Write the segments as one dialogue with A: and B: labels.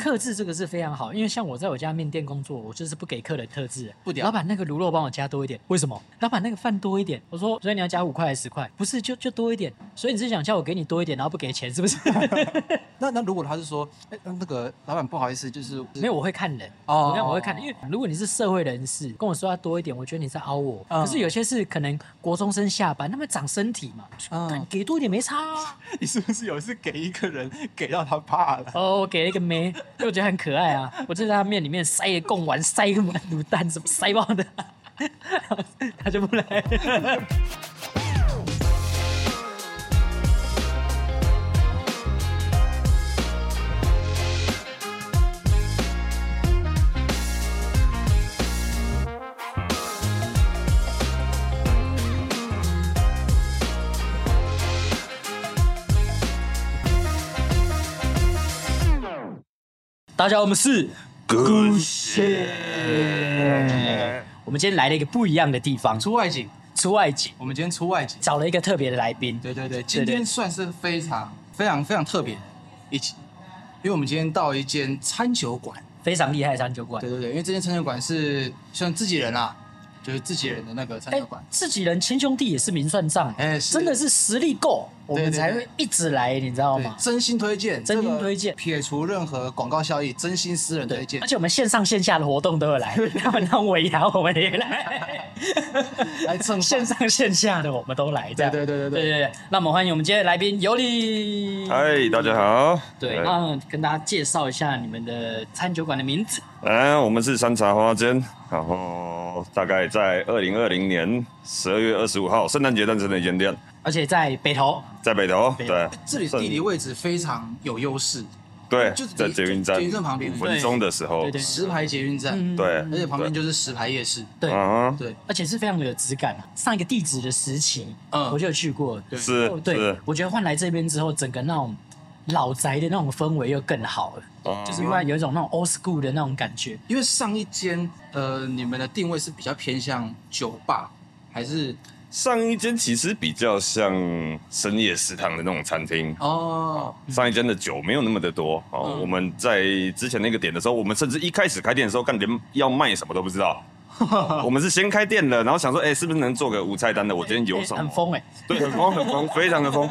A: 克制这个是非常好，因为像我在我家面店工作，我就是不给客人特制。
B: 不屌
A: 老板那个卤肉帮我加多一点，为什么？老板那个饭多一点，我说所以你要加五块还是十块？不是，就就多一点。所以你是想叫我给你多一点，然后不给钱是不 是？
B: 那那如果他是说，哎、那个老板不好意思，就是
A: 没有，我会看人。
B: 哦
A: 我那我会看，因为如果你是社会人士，跟我说要多一点，我觉得你在凹我。
B: 嗯
A: 可是有些是可能国中生下班，他们长身体嘛，
B: 嗯
A: 干给多一点没差啊。
B: 你是不是有一次给一个人给到他怕了？
A: 哦，我给了一个妹，因为我觉得很可爱啊，我就在他面里面塞一个贡丸，塞一个丸卤蛋，怎么塞爆的、 他就不来。 大家好，我们是 Good Shit。我们今天来了一个不一样的地方，出
B: 出外景，
A: 出外景，
B: 我们今天出外景。
A: 找了一个特别的来宾。
B: 对对对，今天算是非常非常非常特别，一起，因为我们今天到一间餐酒馆。
A: 非常厉害的餐酒馆。哎
B: 对对对，因为这间餐酒馆是算自己人啦、就是自己人的那个餐
A: 哎
B: 酒馆。，
A: 自己人亲兄弟也是明算账，
B: 哎是
A: 真的是实力够，我们
B: 对对
A: 才会一直来，你知道
B: 对
A: 吗，？
B: 真心推荐，
A: 真心
B: 这个
A: 推荐
B: 撇除任何广告效益，真心私人推荐
A: 而。且我们线上线下的活动都有 来，他们让尾牙我们也来，
B: 来蹭饭
A: 线上线下的我们都来，这样
B: 对对对对
A: 对
B: 对
A: 对对。那我们欢迎我们今天的来宾尤里，
C: 嗨，大家。好。
A: 对，
C: 哎
A: 那跟大家介绍一下你们的餐酒馆的名字。
C: 哎，我们是山茶花间，然后大概在二零二零年十二月二十五号圣诞节诞生的一间店，
A: 而且在北投，
C: 在北投，哦
A: 北投
C: 对
B: 啊这里地理位置非常有优势，
C: 对
B: 就是，
C: 在捷运站
B: 捷运站旁边
C: 五分钟的时候
A: 对，对
B: 石牌捷运站，
A: 嗯，
C: 对
B: 而且旁边就是石牌夜市。
A: 对，
C: 嗯
B: 对，
A: 而且是非常有质感啊。上一个地址的时期，
B: 嗯
A: 我就有去过，
C: 哼，是
A: 哦，对
C: 是，，
A: 我觉得换来这边之后，整个那种老宅的那种氛围又更好了，
C: 嗯
A: 就是另外有一种那种 old school 的那种感觉。
B: 因为上一间呃，你们的定位是比较偏向酒吧，还是
C: 上一间其实比较像深夜食堂的那种餐厅。
B: 哦
A: 嗯
C: 上一间的酒没有那么的多哦，
B: 嗯
C: 我们在之前那个点的时候，我们甚至一开始开店的时候，干连要卖什么都不 知道。我们是先开店了，然后想说，哎、是不是能做个无菜单的？我今天有
A: 哎
C: 什么？
A: 很疯哎，
C: 对，很疯很疯，非常 的疯。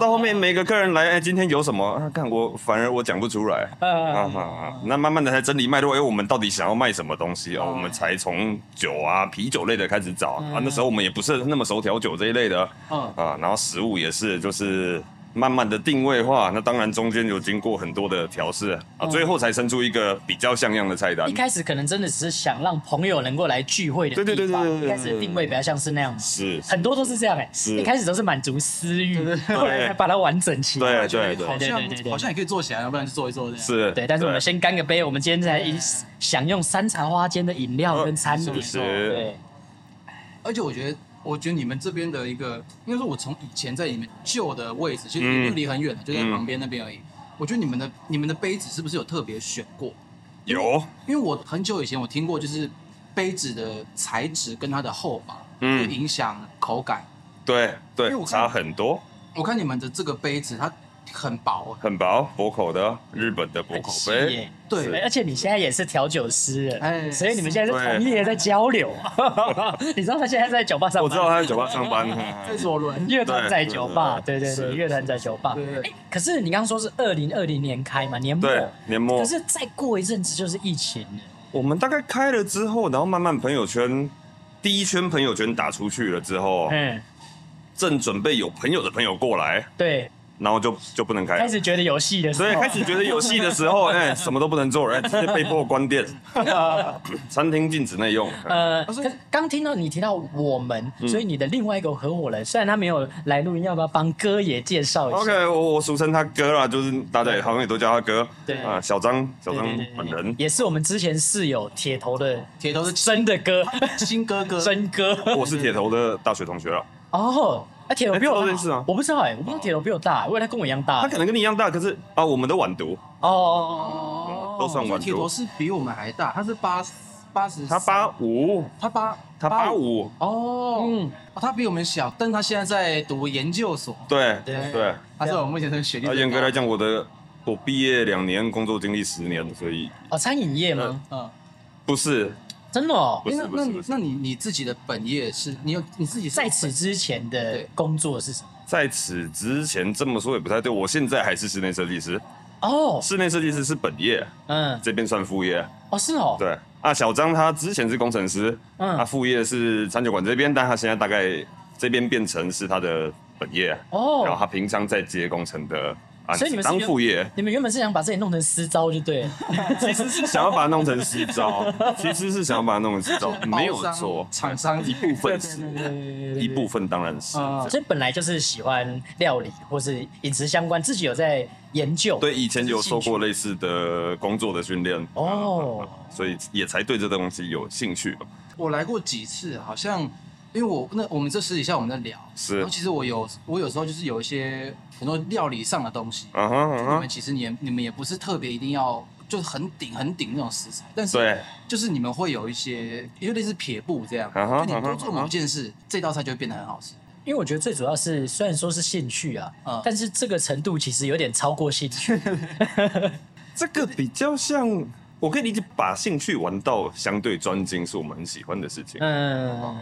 C: 到后面每个客人来，哎，今天有什么？啊，看我反而我讲不出来。啊
A: 呃，
C: 哈、啊那慢慢的才整理脉络，哎，我们到底想要卖什么东西
A: 嗯
C: 哦？我们才从酒啊、啤酒类的开始找啊。那时候我们也不是那么熟调酒这一类的
B: 嗯
C: 啊，然后食物也是，就是慢慢的定位化。那当然中间有经过很多的调试啊，最后才生出一个比较像样的菜
A: 嗯
C: 单
A: 一。开始可能真的只是想让朋友能够来聚会的地方，
C: 对对对对对对
A: 一开始的定位比较像是那样。
C: 是，
A: 很多都是这样哎、
C: 是
A: 一开始都是满足私欲，
B: 对对对
A: 后来才把它完整起来。
C: 对对对
B: 好
A: 对对对
B: 像
A: 对
B: 好像也可以做起来，要不然就做一做这样。
C: 是，
A: 对，但是我们先干个杯，我们今天才一享用山茶花间的饮料跟餐饮
C: 呃是。是
A: 对，
B: 而且我觉得，我觉得你们这边的一个，应该说，我从以前在你们旧的位置，其实
C: 嗯
B: 也不离很远的，就在旁边那边而已。我觉得你们的你们的杯子是不是有特别选过？
C: 有，
B: 因为我很久以前我听过，就是杯子的材质跟它的厚薄会
C: 嗯
B: 影响口感。
C: 对对
B: 因为我，看
C: 差很多。
B: 我看你们的这个杯子它很薄，
C: 很薄，薄口的日本的薄口
A: 很细
C: 杯，
A: 耶
B: 对
A: 对，而且你现在也是调酒师了，
B: 哎
A: 所以你们现在是同业在交流。 你知道他现在在酒吧上班，
C: 我知道他在酒吧上班，
A: 啊
C: 嗯
B: 在左轮。
A: 乐团在酒吧，对
C: 对
A: 对对，
C: 是
A: 乐团在酒吧
B: 对对。对
A: 哎，可是你刚刚说是二零二零年开嘛，年末，
C: 对，年末
A: 可。是再过一阵子就是疫情了，
C: 我们大概开了之后，然后慢慢朋友圈，第一圈朋友圈打出去了之后，
A: 嗯，
C: 正准备有朋友的朋友过来，
A: 对，
C: 然后就就不能开
A: 开。始觉得有戏的时
C: 所以
A: 候
C: 开，始觉得有戏的时 候，哎、什么都不能做，哎、直接被迫关店，餐厅禁止内用。
A: 呃，
B: 啊所以
A: 可是刚听到你提到我们，所以你的另外一个合伙人，虽然他没有来录音，要不要帮哥也介绍一下？
C: OK，我我俗称他哥啦，就是大家也好像也都叫他哥，
A: 对
C: 啊，小张，小
A: 对
C: 张
A: 对对对
C: 本人，
A: 也是我们之前室友铁头的
B: 铁头是
A: 真
B: 真
A: 的哥，
B: 新哥 哥，
A: 真哥。
C: 我是铁头的大学同学了。
A: 哦，那铁头比我大
C: 哎这都认识吗
A: 我不知道哎，我不知道铁头比我大，因为他跟我一样大
C: 他。可能跟你一样大，可是啊，我们都晚读，
A: 哦哦哦哦
C: 都
A: 哦，
B: 所
C: 算
B: 以
C: 晚
B: 铁头
C: 读。
B: 是比我们还大，他是八八十，
C: 他八五，
B: 他八
C: 他八五，
B: 哦，
A: 嗯，
B: 哦，他比我们小，但他现在在读研究所，
C: 对
A: 对
C: 对。
B: 他是我们目前的学历最
C: 啊，
B: 高。
C: 严格来讲，我的我毕业两年，工作经历十年，所以
A: 哦，餐饮业吗？
B: 嗯，
C: 不是
A: 真的哦
C: 不，是
B: 诶那
C: 不
B: 那
C: 是
B: 你
C: 不是
B: 那你你自己的本业是你有你自己是
A: 在此之前的
B: 对
A: 工作是什么？
C: 在此之前这么说也不太对。我现在还是室内设计师，
A: 哦，
C: 室内设计师是本业，
A: 嗯，
C: 这边算副业。
A: 哦是哦，
C: 对啊，小张他之前是工程师，
A: 嗯
C: 他副业是餐酒馆这边，但他现在大概这边变成是他的本业，然后
A: 哦，
C: 他平常在接工程的案
A: 所以你
C: 子
A: 们是
C: 当
A: 原
C: 副业，
A: 你们原本是想把自己弄成私招就对了，
C: 其实是想要把它弄成私招，其实是想要把它弄 成私招，没有
B: 包商
C: 错，
B: 厂商
C: 一部
A: 对
C: 分是，
A: 对对对
C: 一部分当然是。
B: 嗯
A: 所以本来就是喜欢料理或是饮食相关，自己有在研究。
C: 对，以前有受过
A: 类。
C: 类似的工作的训练，
A: 哦，
C: 所以也才对这东西有兴趣。
B: 我来过几次，好像因为我那我们这私底下我们在聊，
C: 是
B: 然后其实我有我有时候就是有一些很多料理上的东西，
C: 嗯哼嗯
B: 你们
C: 哼，
B: 其实你也你们也不是特别一定要就是很顶很顶那种食材，但是
C: 对，
B: 就是你们会有一些有点类似撇步这样，
C: 啊哈
B: 就你多做
C: 啊哈
B: 某件事，这道菜就会变得很好吃。
A: 因为我觉得最主要是，虽然说是兴趣啊，
B: 嗯
A: 但是这个程度其实有点超过兴 趣。
C: 这个比较像，我可以理解，把兴趣玩到相对专精是我们很喜欢的事情，
A: 嗯，
C: 哦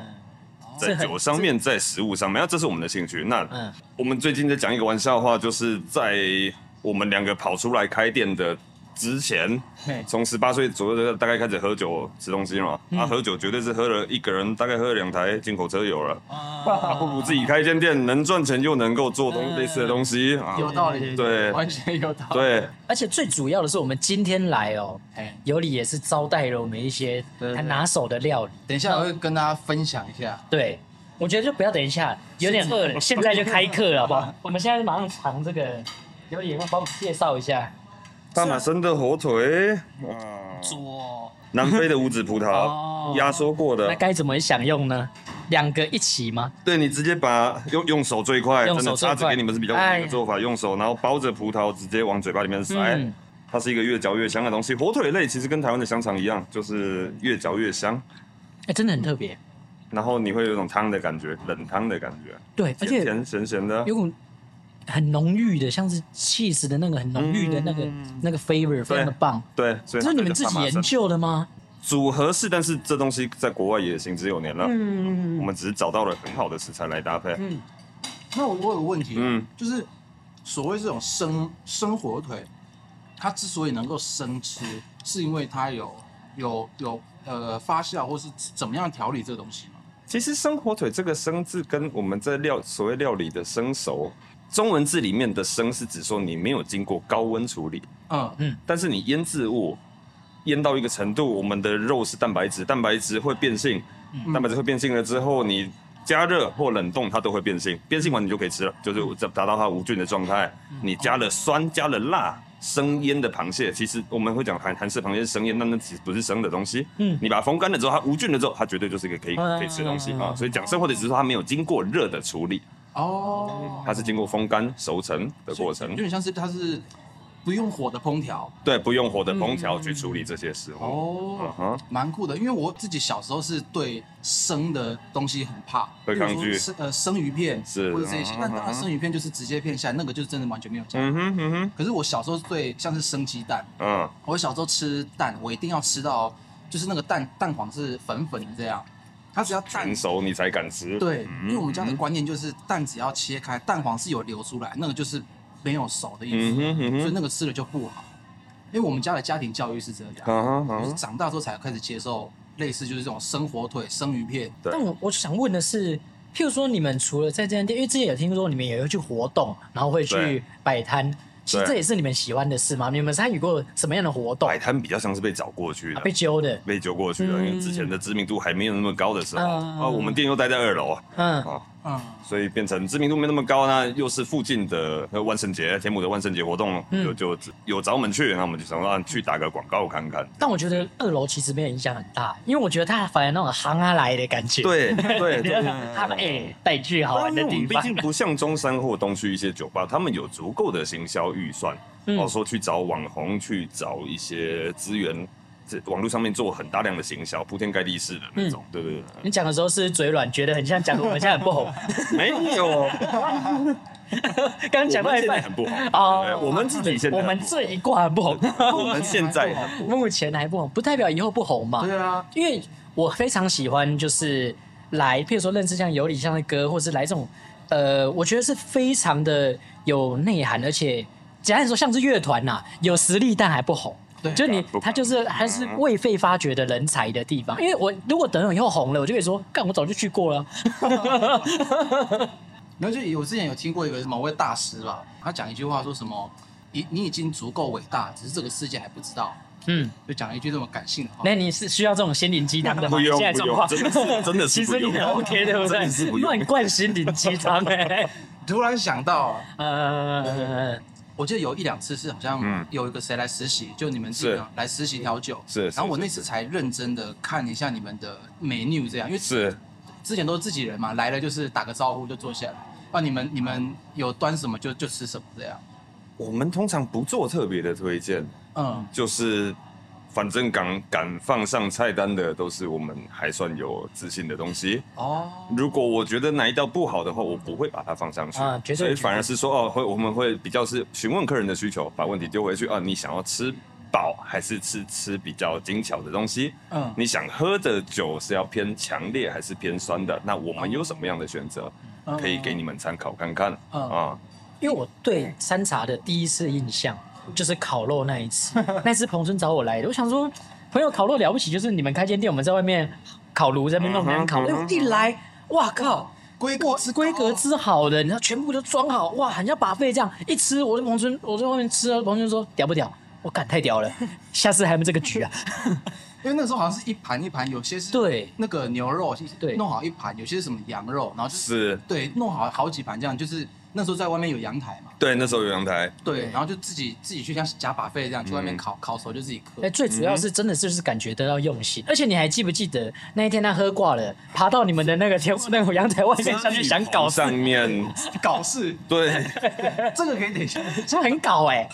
C: 在
A: 这很
C: 酒上面，在食物上面，那这是我们的兴趣。那
A: 嗯
C: 我们最近在讲一个玩笑话，就是在我们两个跑出来开店的之前，
A: 嗯
B: 嘿，
C: 从十八岁左右的大概开始喝酒吃东西嘛，他、喝酒绝对是喝了一个人大概喝了两台进口车油了，啊，不如自己开一间店，能赚钱又能够做东
A: 嗯
C: 类似的东西啊，
B: 有道理，
C: 对
B: 完全有道理。，
C: 对，
A: 而且最主要的是，我们今天来哦，
B: 哎，
A: 尤里也是招待了我们一些
B: 对对
A: 他拿手的料理。
B: 等一下我会跟大家分享一下，
A: 对，我觉得就不要等一下，有点饿 了，现在就开课了，好不好？我们现在就马上尝这个。尤里，帮我们介绍一下。
C: 大马生的火腿，啊哇，
B: 左
C: 南非的无籽葡
B: 哦
C: 萄，压缩过
A: 那
C: 的，
A: 该怎么享用呢？两个一起吗？
C: 对你直接把用用手最快，
A: 用
C: 真的
A: 手最
C: 叉子
A: 快
C: 给你们是比较稳
A: 哎
C: 定的做法，用手然后包着葡萄直接往嘴巴里面塞。
A: 嗯
C: 它是一个越嚼越香的东西，火腿类其实跟台湾的香肠一样，就是越嚼越香。
A: 哎、真的很特别。
C: 然后你会有一种汤的感觉，冷汤的感觉，
A: 对，而且
C: 甜甜咸咸的。
A: 有股很浓郁的，像是 cheese 的那个很浓郁的那个、那个 flavor，非常的棒。
C: 嗯对，
A: 这
C: 所以
A: 是
C: 它
A: 你
C: 就
A: 们
C: 叫
A: 自
C: 萨
A: 己
C: 马
A: 研
C: 森
A: 究的吗？
C: 组合式，但是这东西在国外也行之有年了。啊我
A: 嗯，
C: 们只是找到了很好的食材来搭配。
A: 嗯，
B: 那我我有个问题，
C: 嗯
B: 就是所谓这种生生火腿，它之所以能够生吃，是因为它有有有呃发酵或是怎么样调理这个东西吗？
C: 其实生火腿这个“生”字跟我们在料所谓料理的生熟，中文字里面的“生”是指说你没有经过高温处理，
B: 嗯，
C: 但是你腌制物腌到一个程度，我们的肉是蛋白质，蛋白质会变性，蛋白质会变性了之后，你加热或冷冻它都会变性，变性完你就可以吃了，就是达达到它无菌的状态。你加了酸，加了辣。生腌的螃蟹，其实我们会讲韩韩式螃蟹是生腌，但那其实不是生的东西。
A: 嗯
C: 嗯，你把它风干了之后，它无菌了之后，它绝对就是一个可以可以吃的东西
A: 嗯嗯嗯
C: 啊
A: 嗯。
C: 所以讲生或者只是说它没有经过热的处理，
B: 哦，
C: 它是经过风干熟成的嗯过程
B: 有。点像是它是不用火的烹调
C: 对，不用火的烹调去处理这些食物。嗯
B: 哦，
C: 哼，
B: 蛮酷的。因为我自己小时候是对生的东西很怕，
C: 会
B: 比如
C: 抗
B: 说
C: 拒
B: 生呃生鱼片
C: 是
B: 或者这一些
C: 嗯，
B: 但当然
C: 嗯
B: 生鱼片就是直接片下来，那个就是真的完全没有加。
C: 嗯哼，嗯哼，
B: 可是我小时候是对像是生鸡蛋，
C: 嗯，
B: 我小时候吃蛋，我一定要吃到就是那个蛋蛋黄是粉粉的这样，它只要蛋
C: 成熟你才敢吃。
B: 对，
C: 嗯
B: 因为我们家的观念就是蛋只要切开，蛋黄是有流出来，那个就是没有熟的意
C: 嗯
B: 思，
C: 哼嗯
B: 所以
C: 哼，
B: 那个吃了就不好。因为我们家的家庭教育是这样，
C: 啊哈
B: 就是
C: 啊
B: 长大之后才开始接受类似就是这种生火腿、生鱼片，
C: 对
A: 但我我想问的是，譬如说你们除了在这间店，因为之前有听说你们也会去活动，然后会去
C: 对
A: 摆摊，其实
C: 对
A: 这也是你们喜欢的事吗？你们参与过什么样的活动？
C: 摆摊比较像是被找过去
A: 啊
C: 的，
A: 被揪的，
C: 被揪过去的，因为之前的知名度还没有那么高的时候，
A: 嗯
C: 啊，我们店又待在二楼啊，
A: 嗯，
C: 啊，
B: 嗯，
C: 所以变成知名度没那么高，那又是附近的呃万圣节，天母的万圣节活动，
A: 嗯
C: 有就有找我们去，那我们就想说啊去打个广告看看。
A: 但我觉得二楼其实没有影响很大，因为我觉得它反而那种行啊来的感 觉。
C: 对对对，
A: 他们哎带去好玩
C: 但
A: 的
C: 是我
A: 地
C: 们毕
A: 方。
C: 竟不像中山或东区一些酒吧，他们有足够的行销预算，
A: 嗯
C: 哦，说去找网红，去找一些资源这网络上面做很大量的行销，铺天盖地式的那
A: 嗯
C: 种，对不对？
A: 你讲的时候是嘴软，觉得很像讲我们现在很不 红，
C: 没有，
A: 刚刚 讲
C: 我
A: 到
C: 们
A: 一
C: 现在
A: 半
C: 很不好
A: 哦
C: 对我们自己现在
A: 我们这一挂很不 红，
C: 我们现在很不
A: 目前还不红，不代表以后不红嘛。
B: 对啊，
A: 因为我非常喜欢就是来，譬如说认识像有理像的歌，或是来这种，呃，我觉得是非常的有内涵，而且简单来说像是乐团呐、有实力但还不红。
B: 对
A: 就你
C: 不可能嗯
A: 他就是还是未被发掘的人才的地方，因为我如果等我以后红了，我就可以说，干我早就去过了。啊
B: 然后就我之前有听过一个某位大师吧，他讲一句话说什么，你你已经足够伟大，只是这个世界还不知道，
A: 嗯，
B: 就讲了一句这么感性的话。
A: 那你是需要这种心灵鸡汤的吗？
C: 不用
A: 现在状况
C: 不用真的是真的
A: 其
C: 是
A: 实你
C: 不
A: 很
C: 用
A: OK 对不
C: 真
A: 对
C: 的是？不用
A: 乱灌心灵鸡汤 哎，
B: 突然想到，
A: 呃，
B: 我记得有一两次是好像
C: 嗯
B: 有一个谁来实习，就你们这个来实习调酒，
C: 是是
B: 然后我那
C: 是
B: 次才认真的看一下你们的 menu 这样，因为
C: 是
B: 之前都是自己人嘛，来了就是打个招呼就坐下来。啊，你们你们有端什么就就吃什么这样。
C: 我们通常不做特别的推荐，
B: 嗯，
C: 就是反正敢敢放上菜单的都是我们还算有自信的东西。
B: 哦，
C: 如果我觉得哪一道不好的话，我不会把它放上去，
A: 啊绝对
C: 所以
A: 绝对
C: 反而是说哦，会我们会比较是询问客人的需求，把问题丢回去啊，你想要吃饱还是吃吃比较精巧的东西？
B: 嗯，
C: 你想喝的酒是要偏强烈还是偏酸的？那我们有什么样的选择
A: 哦
B: 嗯
C: 可以给你们参考看看
B: 嗯
C: 啊？
A: 因为我对嗯山茶的第一次印象就是烤肉那一 次，那次彭春找我来的，我想说朋友烤肉了不起，就是你们开间店，我们在外面烤炉在那边弄干烤，
C: 嗯哼
A: 哎、
C: 嗯哼
A: 我一来，哇靠！
B: 规
A: 我
B: 格之
A: 是规格之好的，然后全部都装好，哇，很像把费这样一吃，我就彭春，我在外面吃了，彭春说屌不屌？我感太屌了， 下次还有没有这个局啊？
B: 因为那时候好像是一盘一盘，有些是
A: 对
B: 那个牛肉，
A: 对
B: 弄好一盘，有些是什么羊肉，然后就是
C: 是
B: 对弄好好几盘这样，就是那时候在外面有阳台嘛，
C: 对，那时候有阳台，
B: 对，
A: 对
B: 然后就自己自己去像夹把费这样去外面
C: 嗯
B: 烤，烤熟就自己
A: 哎，
B: 嗑。
A: 最主要是真的就是感觉得到用心，而且你还记不记得那一天他喝挂了，爬到你们的那个天那个阳台外面下去
C: 啊
A: 想搞事，
C: 上面，
B: 搞事，
C: 对，
B: 哎这个可以等一下。
A: 是不是很搞哎、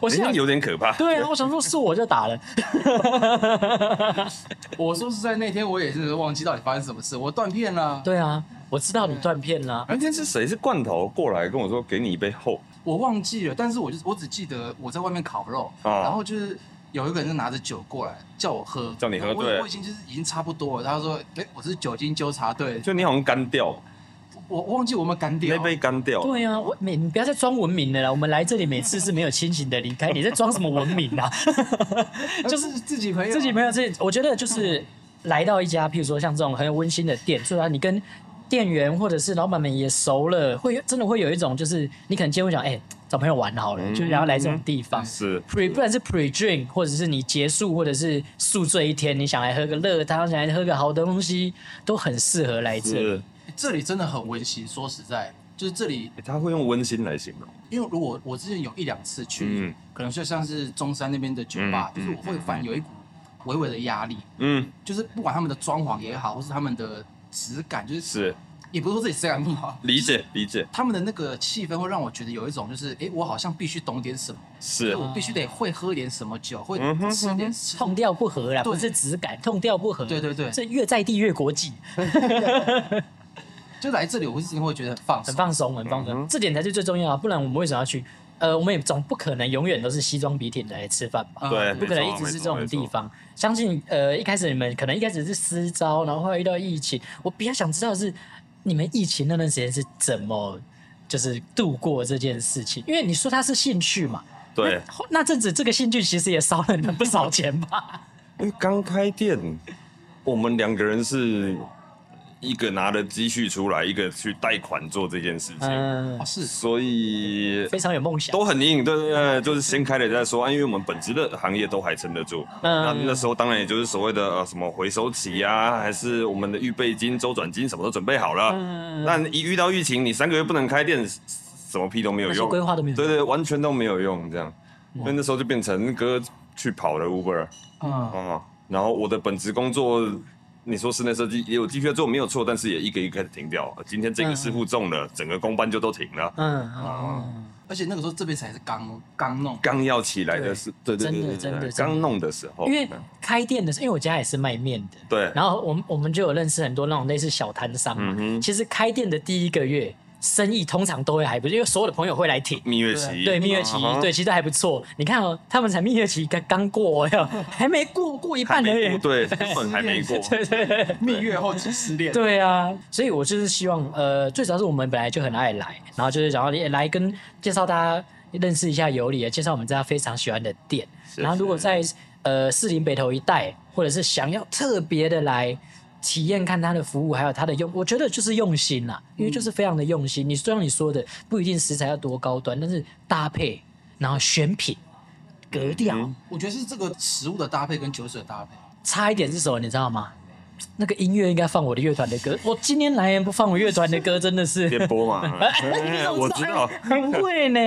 A: 我
C: 人
A: 心
C: 家
A: 想，
C: 有点可怕。
A: 对啊，我想说是我就打了，
B: 我说实在，那天我也是忘记到底发生什么事，我断片了。
A: 对啊，我知道你断片啦、
C: 那天是谁是罐头过来跟我说给你一杯厚，
B: 我忘记了，但是我就我只记得我在外面烤肉，
C: 哦
B: 然后就是有一个人就拿着酒过来叫我喝，
C: 叫你喝
B: 我
C: 对
B: 我已经就是已经差不多了。他说：“哎，我是酒精纠察队，
C: 就你好像干掉，
B: 我我忘记我们干掉
C: 那杯干掉，
A: 对啊，我每你不要再装文明了啦，我们来这里每次是没有清醒的离开，你在装什么文明 啊？就
B: 就是是自己朋友，
A: 自己朋友这，我觉得就是来到一家，譬如说像这种很有温馨的店，虽然你跟店员或者是老板们也熟了，会真的会有一种就是你可能今天会想，哎、找朋友玩好了，
C: 嗯
A: 就然后来这种地方。
C: 是
A: pre 不然是 pre drink，或者是你结束，或者是宿醉一天，你想来喝个热汤，想来喝个好东西，都很适合来这里。
C: 是，
B: 哎这里真的很温馨。说实在，就是这里，
C: 欸他会用温馨来形容，
B: 因为如果我之前有一两次去，
C: 嗯
B: 可能就像是中山那边的酒吧，
C: 嗯
B: 就是我会反有一股微微的压力，
C: 嗯，
B: 就是不管他们的装潢也好，或是他们的质感，就是
C: 是
B: 也不是说自己质感不好，
C: 理解理解，
B: 他们的那个气氛会让我觉得有一种就是，哎、我好像必须懂点什么，
C: 是
B: 就我必须得会喝点什么酒，会
C: 嗯哼
B: 吃点吃。
A: 痛调不合啦，
B: 对
A: 不是质感，痛调不合。
B: 对对对
A: 这越在地越国际，
B: 就来这里，我是真的会觉得很放
A: 很
B: 松。
A: 放松，很放松，
C: 嗯哼
A: 这点才是最重要啊！不然我们为什么要去？呃，我们也总不可能永远都是西装笔挺的来吃饭吧？
B: 嗯
C: 对
A: 不可能一直是这种地方。相信呃，一开始你们可能一开始是私招，然后后来遇到疫情。我比较想知道的是你们疫情那段时间是怎么就是度过这件事情，因为你说它是兴趣嘛。
C: 对，
A: 那后，那阵子这个兴趣其实也烧了你们不少钱吧？
C: 因为刚开店，我们两个人是一个拿了积蓄出来，一个去贷款做这件事情，
A: 嗯
B: 哦，，是
C: 所以
A: 非常有梦想
C: 都。很硬，对对
A: 嗯
C: 对，就是先开了再说啊，因为我们本职的行业都还撑得住。那
A: 嗯，
C: 那时候当然也就是所谓的呃什么回收期啊，还是我们的预备金、周转金什么都准备好了。
A: 嗯，
C: 那一遇到疫情，你三个月不能开店，什么屁都没有
A: 那时候
C: 用，
A: 规划都没有
C: 对对，完全都没有用这样。因为那时候就变成哥去跑了 Uber
B: 嗯，
C: 啊，然后我的本职工作，你说室内设计也有继续在做没有错，但
A: 嗯
C: 是也一个一个开始停掉。今天这个师傅中了，整个工班就都停了。
A: 嗯嗯嗯
B: 而而且那个时候这辈子还是刚刚弄，
C: 刚要起来的
B: 对
C: 是，对对
A: 真
C: 对
A: 的
C: 对
A: 真的
C: 对对，
A: 真的
C: 刚弄的时候，
A: 因为开店的时候，因为我家也是卖面的，
C: 对，
A: 然后我们我们就有认识很多那种类似小摊商嘛。
C: 嗯哼
A: 其实开店的第一个月，生意通常都会还不错，因为所有的朋友会来挺。
C: 蜜月期，
A: 对蜜月期
C: 嗯哼，
A: 对，其实都还不错。你看哦，他们才蜜月期刚刚过呀，还没过过一
C: 还
A: 半而
C: 没
A: 已
C: 过，。对，根本还没过，
A: 对对对
B: 蜜月后即失 恋，
A: 对啊，所以我就是希望，呃，最主要是我们本来就很爱来，然后就是想要也来跟介绍大家认识一下尤里，介绍我们家非常喜欢的店。
C: 是
A: 然后如果在呃士林北头一带，或者是想要特别的来体验看他的服务，还有他的用，我觉得就是用心啦，因为就是非常的用心。你就像你说的，不一定食材要多高端，但是搭配，然后选品、格调，
C: 嗯
B: 我觉得是这个食物的搭配跟酒水的搭配，
A: 差一点是什么，你知道吗？那个音乐应该放我的乐团的歌，我今天来不放我乐团的歌，真的是。
C: 电 波嘛，哎我知道，
A: 很会呢，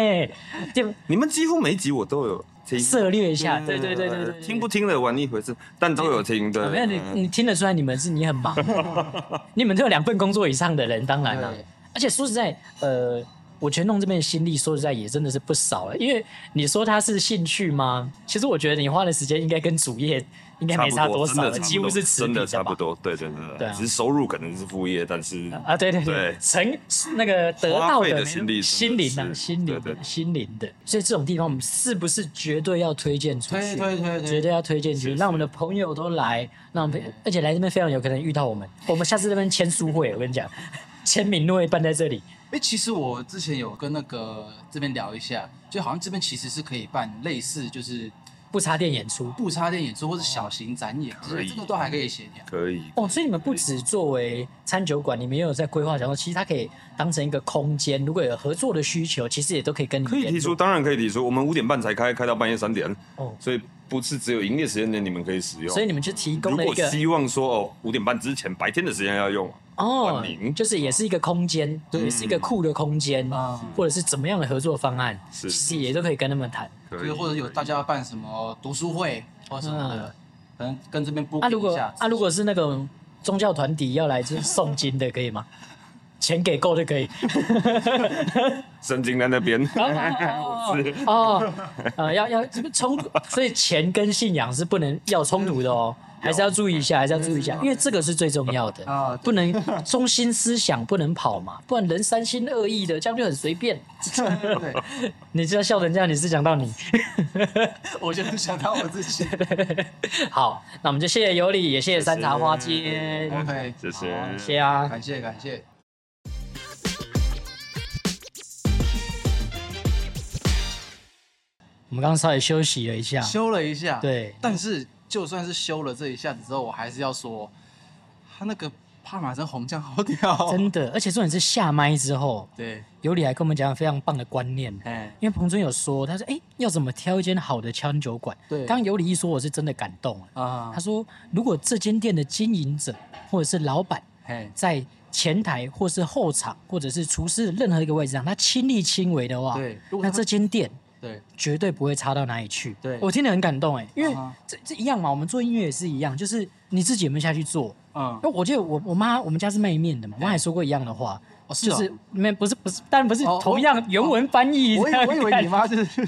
A: 就
C: 你们几乎每一集我都有听，
A: 涉猎一下，
C: 嗯
A: 对对对对对，对
C: 听不？听的玩一回事，但都有听嗯
A: 对
C: 的，
A: 没有你，你听得出来，你们是你很 忙，你们都有两份工作以上的人，当然了
B: 对。
A: 而且说实在，呃，我全弄这边的心力，说实在也真的是不少了。因为你说它是兴趣吗？其实我觉得你花的时间应该跟主业应该没
C: 差
A: 差
C: 不多，
A: 多
C: 真
A: 少了，
C: 的差不多
A: 几乎是持
C: 真
A: 平
C: 的差不
A: 吧。
C: 多，对对对
A: 对啊
C: 只是收入可能是副业，但是
A: 啊，对对
C: 对
A: 成那个得到
C: 花费
A: 的
C: 的心力
A: 心灵
C: 真
A: 啊，
C: 的是
A: 心灵
C: 对对
A: 的
C: 对
A: 心灵的，所以这种地方我们是不是绝对要推荐出
B: 推
A: 去？
B: 推推
A: 绝
B: 推，
A: 对要推荐去，让我们的朋友都来，让我们朋而且来这边非常有可能遇到我们。我们下次这边签书会，我跟你讲，签名会办在这里。
B: 哎，其实我之前有跟那个这边聊一下，就好像这边其实是可以办类似就是
A: 不插电演出
B: 不插电演出或者小型展演，
C: 可以
B: 这个都还可以协调。
C: 可以
A: 哦，所以你们不只作为餐酒馆，你们也有在规划，想说其实它可以当成一个空间，如果有合作的需求，其实也都可以跟你
C: 可以
A: 联
C: 提出，
A: 络。
C: 当然可以提出，我们五点半才开，开到半夜三点，
A: 哦，
C: 所以不是只有营业时间内你们可以使用，
A: 所以你们就提供
C: 如
A: 了一
C: 果
A: 个
C: 希望说哦五点半之前白天的时间要用，
A: 哦
C: 管理，
A: 就是也是一个空间，也是一
C: 嗯
A: 个酷的空间，
B: 啊
A: 或者是怎么样的合作方案，
C: 是
A: 其实也都可以跟他们谈。
C: 可
B: 就是或者有大家要办什么读书会或什么的，可能跟这边布
A: 啊，如
B: 一
A: 果
B: 下。
A: 啊，如果是那种宗教团体要来就是诵经的，可以吗？钱给够就可以。
C: 圣经在那边，
A: 哦，呃，要要什么冲突？所以钱跟信仰是不能要冲突的哦，还是要注意一下，还是要注意一下，因为这个是最重要的
B: 啊对
A: 不能中心思想不能跑嘛，不然人三心二意的，这样就很随便。
B: 对，
A: 你知道笑成这样，你是讲到你。
B: 我就想到我 自己。
A: 好，那我们就谢谢尤里，也谢谢山茶花街，
B: OK，
C: 谢谢
A: 谢。谢啊。
B: 感谢感谢。
A: 我们刚刚稍微休息了一下，
B: 修了一下，
A: 对
B: 但是就算是修了这一下子之后，我还是要说，他那个帕玛森红酱好屌哦，
A: 真的，而且重点是下麦之后，
B: 对，
A: 尤里还跟我们讲了非常棒的观念。
B: 哎，
A: 因为彭尊有说，他说：“哎、要怎么挑一间好的餐酒馆？”
B: 对
A: 刚刚尤里一说，我是真的感动了。
B: 啊
A: 他，说：“如果这间店的经营者或者是老板
B: 哎，
A: 在前台或是后场或者是厨师的任何一个位置上，他亲力亲为的话，
B: 对如果
A: 啊那
B: 他
A: 这间店
B: 对，
A: 绝对不会差到哪里去。
B: 对
A: 我听得很感动哎、因为
B: 啊哈
A: 这这一样嘛，我们做音乐也是一样，就是你自己有没有下去做？
B: 嗯，
A: 那我记得我我妈我们家是卖面的嘛，我妈也说过一样的话，
B: 哦是
A: 就
B: 哦
A: 是没不是不是，当然不是
B: 哦
A: 同样原文翻译
B: 我
A: 这样
B: 以
A: 看。
B: 我以为你妈就是，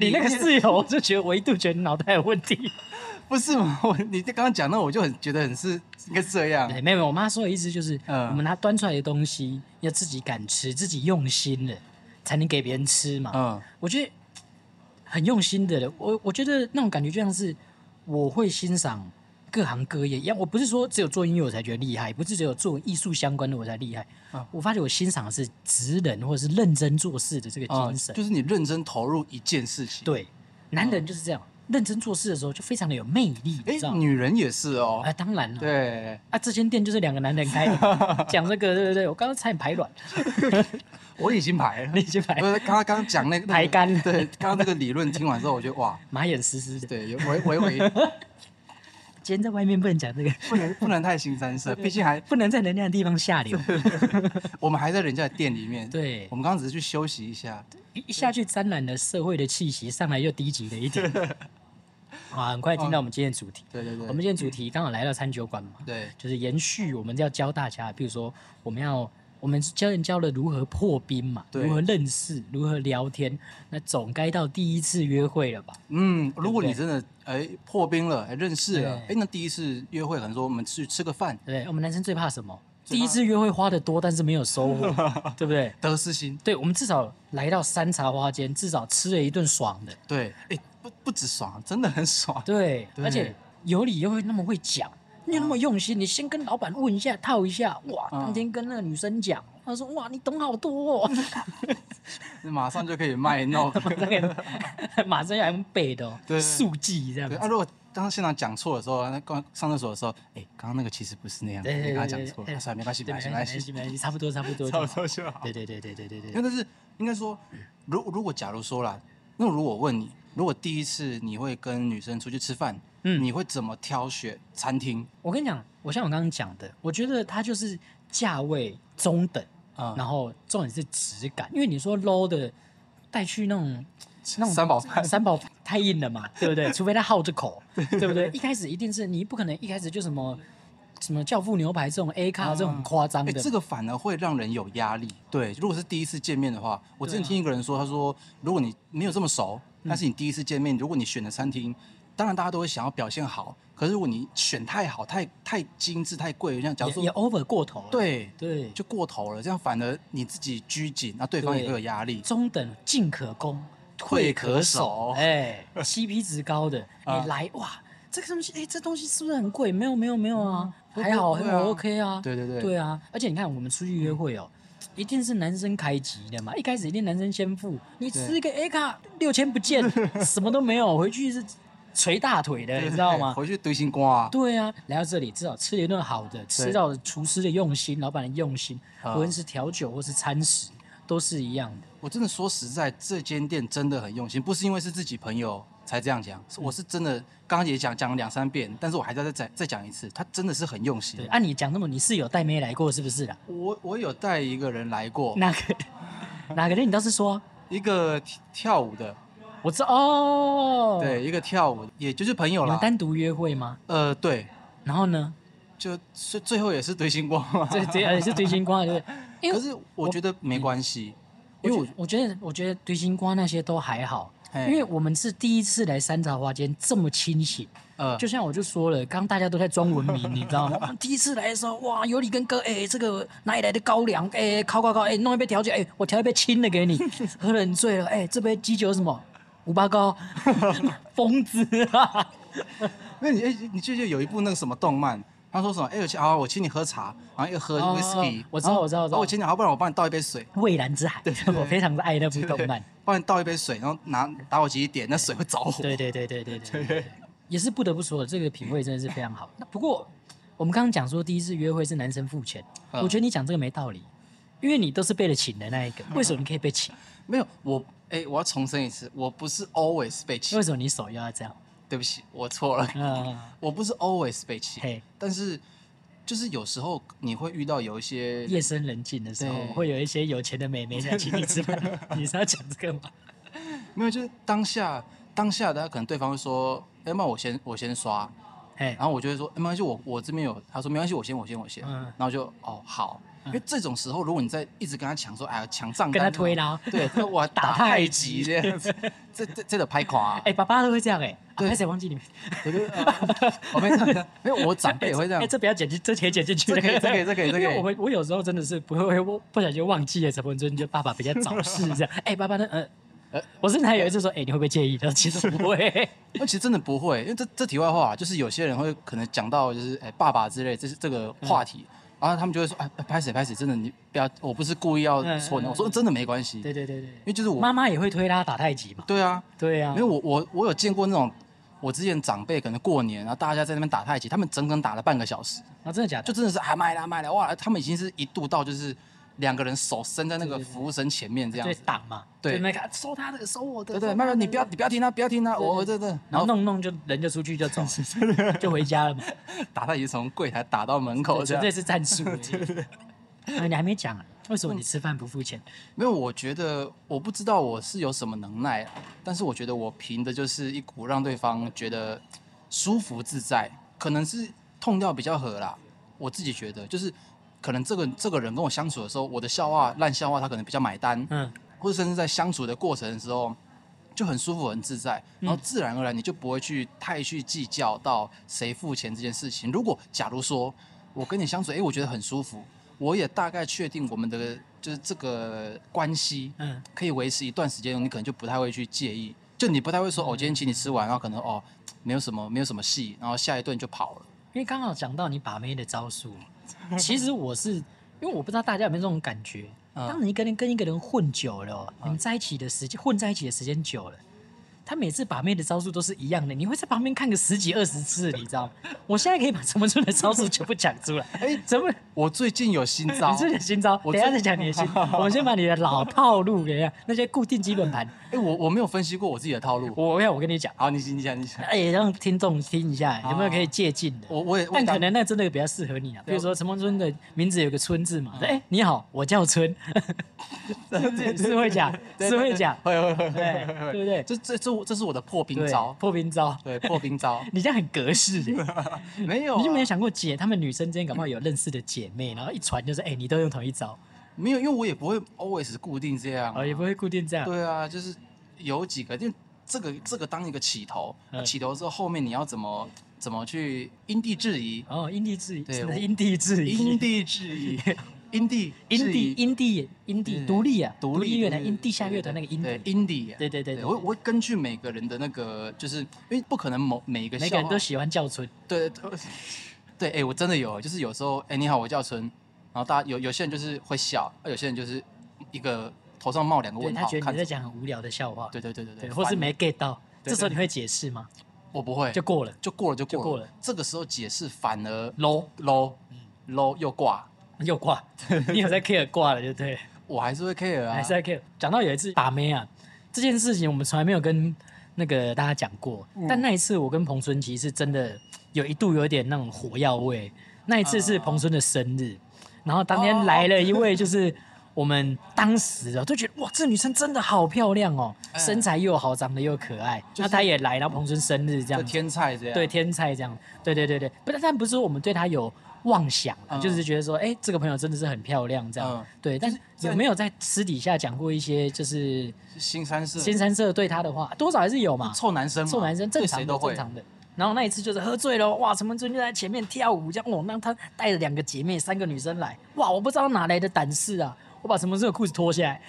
A: 你那个室友，我就觉得维度觉得脑袋有问题。
B: 不是嘛？我你刚刚讲那我就很觉得很是应该这样，
A: 对，没有，没有我妈说的意思就是，
B: 嗯
A: 我们拿端出来的东西要自己敢吃，自己用心了，才能给别人吃嘛。
B: 嗯，
A: 我觉得很用心的人，我我觉得那种感觉就像是我会欣赏各行各业一样。我不是说只有做音乐我才觉得厉害，不是只有做艺术相关的我才厉害。
B: 啊
A: 我发觉我欣赏的是职人或者是认真做事的这个
B: 啊，
A: 精神。
B: 就是你认真投入一件事情，，
A: 对，男人就是这样，认真做事的时候就非常的有魅力，你知
B: 哎，
A: 道吗？
B: 女人也是哦
A: 啊、，当然了，
B: 对，
A: 啊，这间店就是两个男人开 的。讲这个，对对对，我刚刚差点排卵，
B: 我已经排 了
A: 你。已经排
B: 不是，刚刚刚讲那个
A: 排干了
B: 对，刚刚那个理论听完之后，我觉得哇，
A: 马眼湿湿的。
B: 对，有微微微
A: 今天在外面不能讲这个，
B: 不能不能太新 三色，毕竟还
A: 不能在人家的地方下流。
B: 我们还在人家的店里面。，
A: 对
B: 我，们刚刚只是去休息一下。
A: 一一下去沾染了社会的气息，上来又低级了一点。 啊，很快进到我们今天的主题。
B: 对哦对对，
A: 我们今天主题刚好来到餐酒馆嘛，
B: 对
A: 就是延续我们要教大家，比如说我们要我们教人教了如何破冰嘛，
B: 对
A: 如何认识，如何聊天，那总该到第一次约会了吧？
B: 嗯，如果
A: 对
B: 你真的哎破冰了，哎认识了，哎
A: 对
B: 那第一次约会可能说我们去吃个饭，
A: 对不对，我们男生最怕什么？
B: 最
A: 第
B: 怕
A: 一次约会花的多，但是没有收 获，对不对？
B: 得失心，
A: 对，我们至少来到山茶花间，至少吃了一顿爽的，
B: 对，哎不不止爽，真的很爽，
A: 对，
B: 对啊
A: 而且有理又会那么会讲，你有那么用心，你先跟老板问一下，套一下，哇，
B: 嗯
A: 当天跟那个女生讲，她说哇，你懂好多、哦，
B: 马上就可以卖弄。
A: 那个马上要用背的、哦
B: 对，
A: 速记这样
B: 对
A: 子
B: 啊，。如果当现场讲错的时候，那刚上厕所的时候，哎，刚刚那个其实不是那样，
A: 对对
B: 你
A: 对
B: 刚刚
A: 对
B: 讲
A: 对
B: 错，
A: 对
B: 了，啊算了，没关系，没
A: 对，没
B: 关系，没关
A: 关
B: 系，
A: 系，没关系，差不多，差不多，
B: 差不
A: 就好
B: 多嗯就好。
A: 对对对对对对对
B: 因
A: 对，
B: 为那是应该说，如如果假如说啦，那如果我问你，如果第一次你会跟女生出去吃饭，
A: 嗯
B: 你会怎么挑选餐厅
A: 我跟你讲，我像我刚刚讲的，我觉得它就是价位中等，
B: 啊？
A: 然后重点是质感，因为你说 low 的带去那种那种
B: 三宝 饭
A: 三宝太硬了嘛，对不 对？除非他好着口，对不对？一开始一定是你不可能一开始就什么什么教父牛排这种 A 卡这种很夸张
B: 哎、
A: 的，
B: 这个反而会让人有压力。对，如果是第一次见面的话，我之前
A: 对啊嗯
B: 听一个人说，他说，如果你没有这么熟，但是你第一次见面，如果你选的餐厅，当然大家都会想要表现好，可是如果你选太好、太太精致、太贵，像假如
A: 也也
B: 说
A: over 过头了，
B: 对，
A: 对，就
B: 就过头了，这样反而你自己拘谨，那对方也
A: 对
B: 会有压力。
A: 中等进可攻，
B: 退
A: 退
B: 可
A: 可
B: 守
A: 守，哎，CP 值高的，
B: 啊
A: 你来哇，这个东西，哎，这东西是不是很贵？没有没有没有啊，
B: 嗯
A: 还好
B: 不会
A: 还好
B: 啊
A: OK 啊，
B: 对对对嗯
A: 对啊，而且你看我们出去约会哦。一定是男生开局的嘛，一开始一定男生先付。你吃一个 A 卡六千不 见，什么都没有，回去是捶大腿的，
B: 对
A: 你知道
B: 对
A: 吗？
B: 回去堆心瓜、啊。
A: 对啊，来到这里至少吃了一顿好的，吃到了厨师的用心，老板的用心，
B: 啊
A: 无论是调酒或是餐食，都是一样的。
B: 我真的说实在，这间店真的很用心，不是因为是自己朋友才这样讲，
A: 嗯
B: 是我是真的刚刚也讲讲了两三遍，但是我还在再再再讲一次，他真的是很用心
A: 对。啊，你讲那么，你是有带妹来过是不是啦？
B: 我我有带一个人来过，
A: 哪个 哪个人你倒是说，
B: 一个跳跳舞的，
A: 我知道哦。，
B: 对，一个跳舞，也就是朋友
A: 你们
B: 啦。
A: 单独约会吗？
B: 呃，对，
A: 然后呢，
B: 就最最后也是堆星光嘛。
A: 这这而且是堆心瓜，对不对？因
B: 可
A: 为
B: 是我觉得没关系，
A: 因
B: 因
A: 为
B: 为我
A: 我我觉得我觉得堆心瓜那些都还好，
B: 嘿
A: 因为我们是第一次来三茶花间这么清醒。
B: 呃
A: 就像我就说了，刚刚大家都在装文 明，你知道吗？我们第一次来的时候，哇，有你跟哥，哎、这个哪里来的高粱？哎、烤烤烤，哎、弄一杯调酒，哎、我调一杯清的给 你，喝得很醉了，哎、这杯基酒是什么？五八 高， 疯子啊！
B: 那你哎，你记不记得有一部那个什么动漫？他说什么？哎、我请啊，我请你喝茶，然后又喝
A: 哦
B: whisky，、
A: 我知道我知道我知道
B: 然后我请你，好，不然我帮你倒一杯水，
A: 蔚蓝之海， 我非常的爱那部动漫。
B: 帮你倒一杯水，然后拿打火机一点，那水会着 火。
A: 对对对对对对对，也是不得不说，这个品味真的是非常好。那不过我们刚刚讲说第一次约会是男生付钱，
B: 嗯
A: 我觉得你讲这个没道理，因为你都是被了请的那一个，为什么你可以被请？
B: 没有我，哎、我要重申一次，我不是 always 被气
A: 为，什么你手又要这样？
B: 对不起，我错了，
A: 啊，
B: 我不是 always 被气，
A: 嘿，
B: 但是就是有时候你会遇到有一些，
A: 夜深人静的时候
B: 对，
A: 会有一些有钱的美眉想请你吃 饭，你是要讲这个吗？
B: 没有，就是当下当下的可能对方会说，要么我先我先刷，
A: 嘿，
B: 然后我就会说，哎没关系，我我这边有，他说没关系，我先我先我先，
A: 嗯
B: 然后就哦好，因为这种时候如果你在一直跟他抢说，哎呀抢账单，
A: 跟他推，拉。
B: 对，他说我打
A: 打
B: 太
A: 太
B: 极
A: 极
B: 这样子，这这这得拍垮、啊，
A: 哎，爸爸都会这样哎，
B: 对
A: 啊拍谁忘记你们？
B: 对对，呃 我没这样，没有，我长辈也会这样
A: 哎，，这不要剪进，这可以剪进去。
B: 这可以这可以这可以这可 以
A: 因为我们我有时候真的是不会，我不小心忘记了什么，就就爸爸比较早逝这样。哎，爸爸呢？呃
B: 呃
A: 呃，我甚至还有一次说，哎，你会不会介意？他说其实不会。
B: 那其实真的不会，因为这这题外话啊，就是有些人会可能讲到就是哎爸爸之类，这是这个话题，
A: 嗯
B: 然后他们就会说哎拍谁拍谁，真的你不要，我不是故意要
A: 嗯
B: 戳你，
A: 嗯
B: 我说真的没关系，因
A: 对对对对，
B: 为就是我
A: 妈妈也会推拉打太极嘛。
B: 对啊，
A: 对啊
B: 因为，我我我有见过那种我之前长辈可能过年，然后大家在那边打太极，他们整整打了半个小时，
A: 啊，真的假的？
B: 就真的是啊卖啦卖啦，哇，他们已经是一度到就是两个人手伸在那个服务生前面这样
A: 对
B: 子，
A: 挡嘛，
B: 对
A: 就那个收他的，收我的，
B: 对对，
A: 收
B: 慢
A: 他的
B: 慢你不要你不要听他不要听他，我我这这，
A: 然后
B: 然后
A: 弄弄就人就出去就走了，就回家了嘛，
B: 打太极从柜台打到门口这
A: 纯
B: 样
A: 粹。是战术而已。 啊，你还没讲啊，为什么你吃饭不付钱？
B: 没有，我觉得我不知道我是有什么能耐，但是我觉得我凭的就是一股让对方觉得舒服自在，可能是痛调比较合啦。我自己觉得就是可能这个这个人跟我相处的时候，我的笑话烂笑话他可能比较买单，
A: 嗯
B: 或者甚至在相处的过程的时候就很舒服很自在，
A: 嗯
B: 然后自然而然你就不会去太去计较到谁付钱这件事情。如果假如说我跟你相处，哎，我觉得很舒服，我也大概确定我们的就是这个关系，
A: 嗯
B: 可以维持一段时间，你可能就不太会去介意，就你不太会说，
A: 嗯
B: 哦，今天请你吃完，然后可能哦，没有什么，没有什么戏，然后下一顿就跑了。
A: 因为刚好讲到你把妹的招 数，其实我是因为我不知道大家有没有这种感觉，
B: 嗯
A: 当你跟人跟一个人混久了哦，你们在一起的时间混在一起的时间久了。他每次把妹的招数都是一样的，你会在旁边看个十几二十次，你知道 吗？我现在可以把陈文春的招数全部讲出来。 哎、怎么？
B: 我最近有新 招
A: 你，这点新招，
B: 我
A: 等一下
B: 最
A: 再讲你的新。 我们先把你的老套路给一下那些固定基本盘。
B: 哎，我我没有分析过我自己的套路。
A: 我要我跟你讲，
B: 好，你你讲，你讲，
A: 哎、让听众听一下，有没有可以借鉴的？
B: 我我也，我
A: 但
B: 当
A: 可能那真的比较适合你啊，比
B: 对嗯
A: 如说陈梦春的名字有个“春”字嘛，哎、你好，我叫 春，是会讲，
B: 对
A: 是
B: 对
A: 会
B: 对
A: 讲，
B: 会会会
A: 对
B: 会会会
A: 对不对？
B: 这这这这是我的破冰
A: 对
B: 招，
A: 破冰招，
B: 对破冰招
A: 你这样很格式 欸
B: 没有啊，
A: 你就没有想过姐，她们女生之间搞不好有认识的姐妹，然后一传就是，哎、你都用同一招，
B: 没有，因为我也不会 always 固定这样啊，
A: 哦，也不会固定这样，
B: 对啊，就是有几个，就这个这个当一个起头，那
A: 嗯
B: 起头之后后面你要怎么怎么去因地制宜，
A: 哦，因地制宜，
B: 对
A: 真
B: 我
A: 的因地制宜，
B: 因地制宜，因地
A: 因
B: 制
A: 地
B: 宜
A: 因地因地
B: 对
A: 独立啊，
B: 独立
A: 立乐团，
B: 对
A: 因地下乐团那个因
B: 对
A: 地，
B: 因地啊，
A: 对对对对，
B: 我我会根据每个人的那个，就是因为不可能某每一个
A: 每个
B: 笑啊
A: 人
B: 话
A: 都喜欢叫春，
B: 对对 对，哎、我真的有，就是有时候，哎、你好，我叫春，然后大家有有些人就是会笑，啊有些人就是一个头上冒两个
A: 对
B: 问
A: 他
B: 号，
A: 觉得
B: 看
A: 你在
B: 着
A: 讲很无聊的笑话，
B: 对对对对
A: 对，
B: 对，
A: 或是
B: 烦
A: 没 get 到，
B: 对
A: 这时候
B: 对
A: 你会解释吗？
B: 我不会，
A: 就
B: 就
A: 过了
B: 就过了就过
A: 就
B: 了，
A: 过了嗯
B: 这个时候解释反而
A: ，low
B: low low 又挂，
A: 又 挂，你有在 care 挂了，对不对？
B: 我还是会 care 啊，
A: 还是在 care。讲到有一次把妹啊，这件事情我们从来没有跟那个大家讲过，
B: 嗯
A: 但那一次我跟彭春其实真的有一度有点那种火药味。那一次是
B: 啊
A: 彭春的生日，然后当天来了一位就是。我们当时啊，就觉得哇，这女生真的好漂亮哦，
B: 嗯
A: 身材又好，长得又可爱。
B: 就是
A: 那她也来，然后彭春生日这
B: 就
A: 样子，
B: 天菜这样，
A: 对天才这样，对对对对，不但但不是我们对他有妄想啦，
B: 嗯
A: 就是觉得说，哎、这个朋友真的是很漂亮这样，
B: 嗯
A: 对。但是有
B: 这样
A: 没有在私底下讲过一些就是
B: 是新三色
A: 新三社对他的话，多少还是有嘛？
B: 臭男生嘛，
A: 臭男生正
B: 对
A: 常
B: 谁
A: 的
B: 都会
A: 正，常的。然后那一次就是喝醉了，哇！陈文春就在前面跳舞，这样哦，让他带着两个姐妹、三个女生来，哇！我不知道哪来的胆识啊，我把陈文春的裤子脱下来，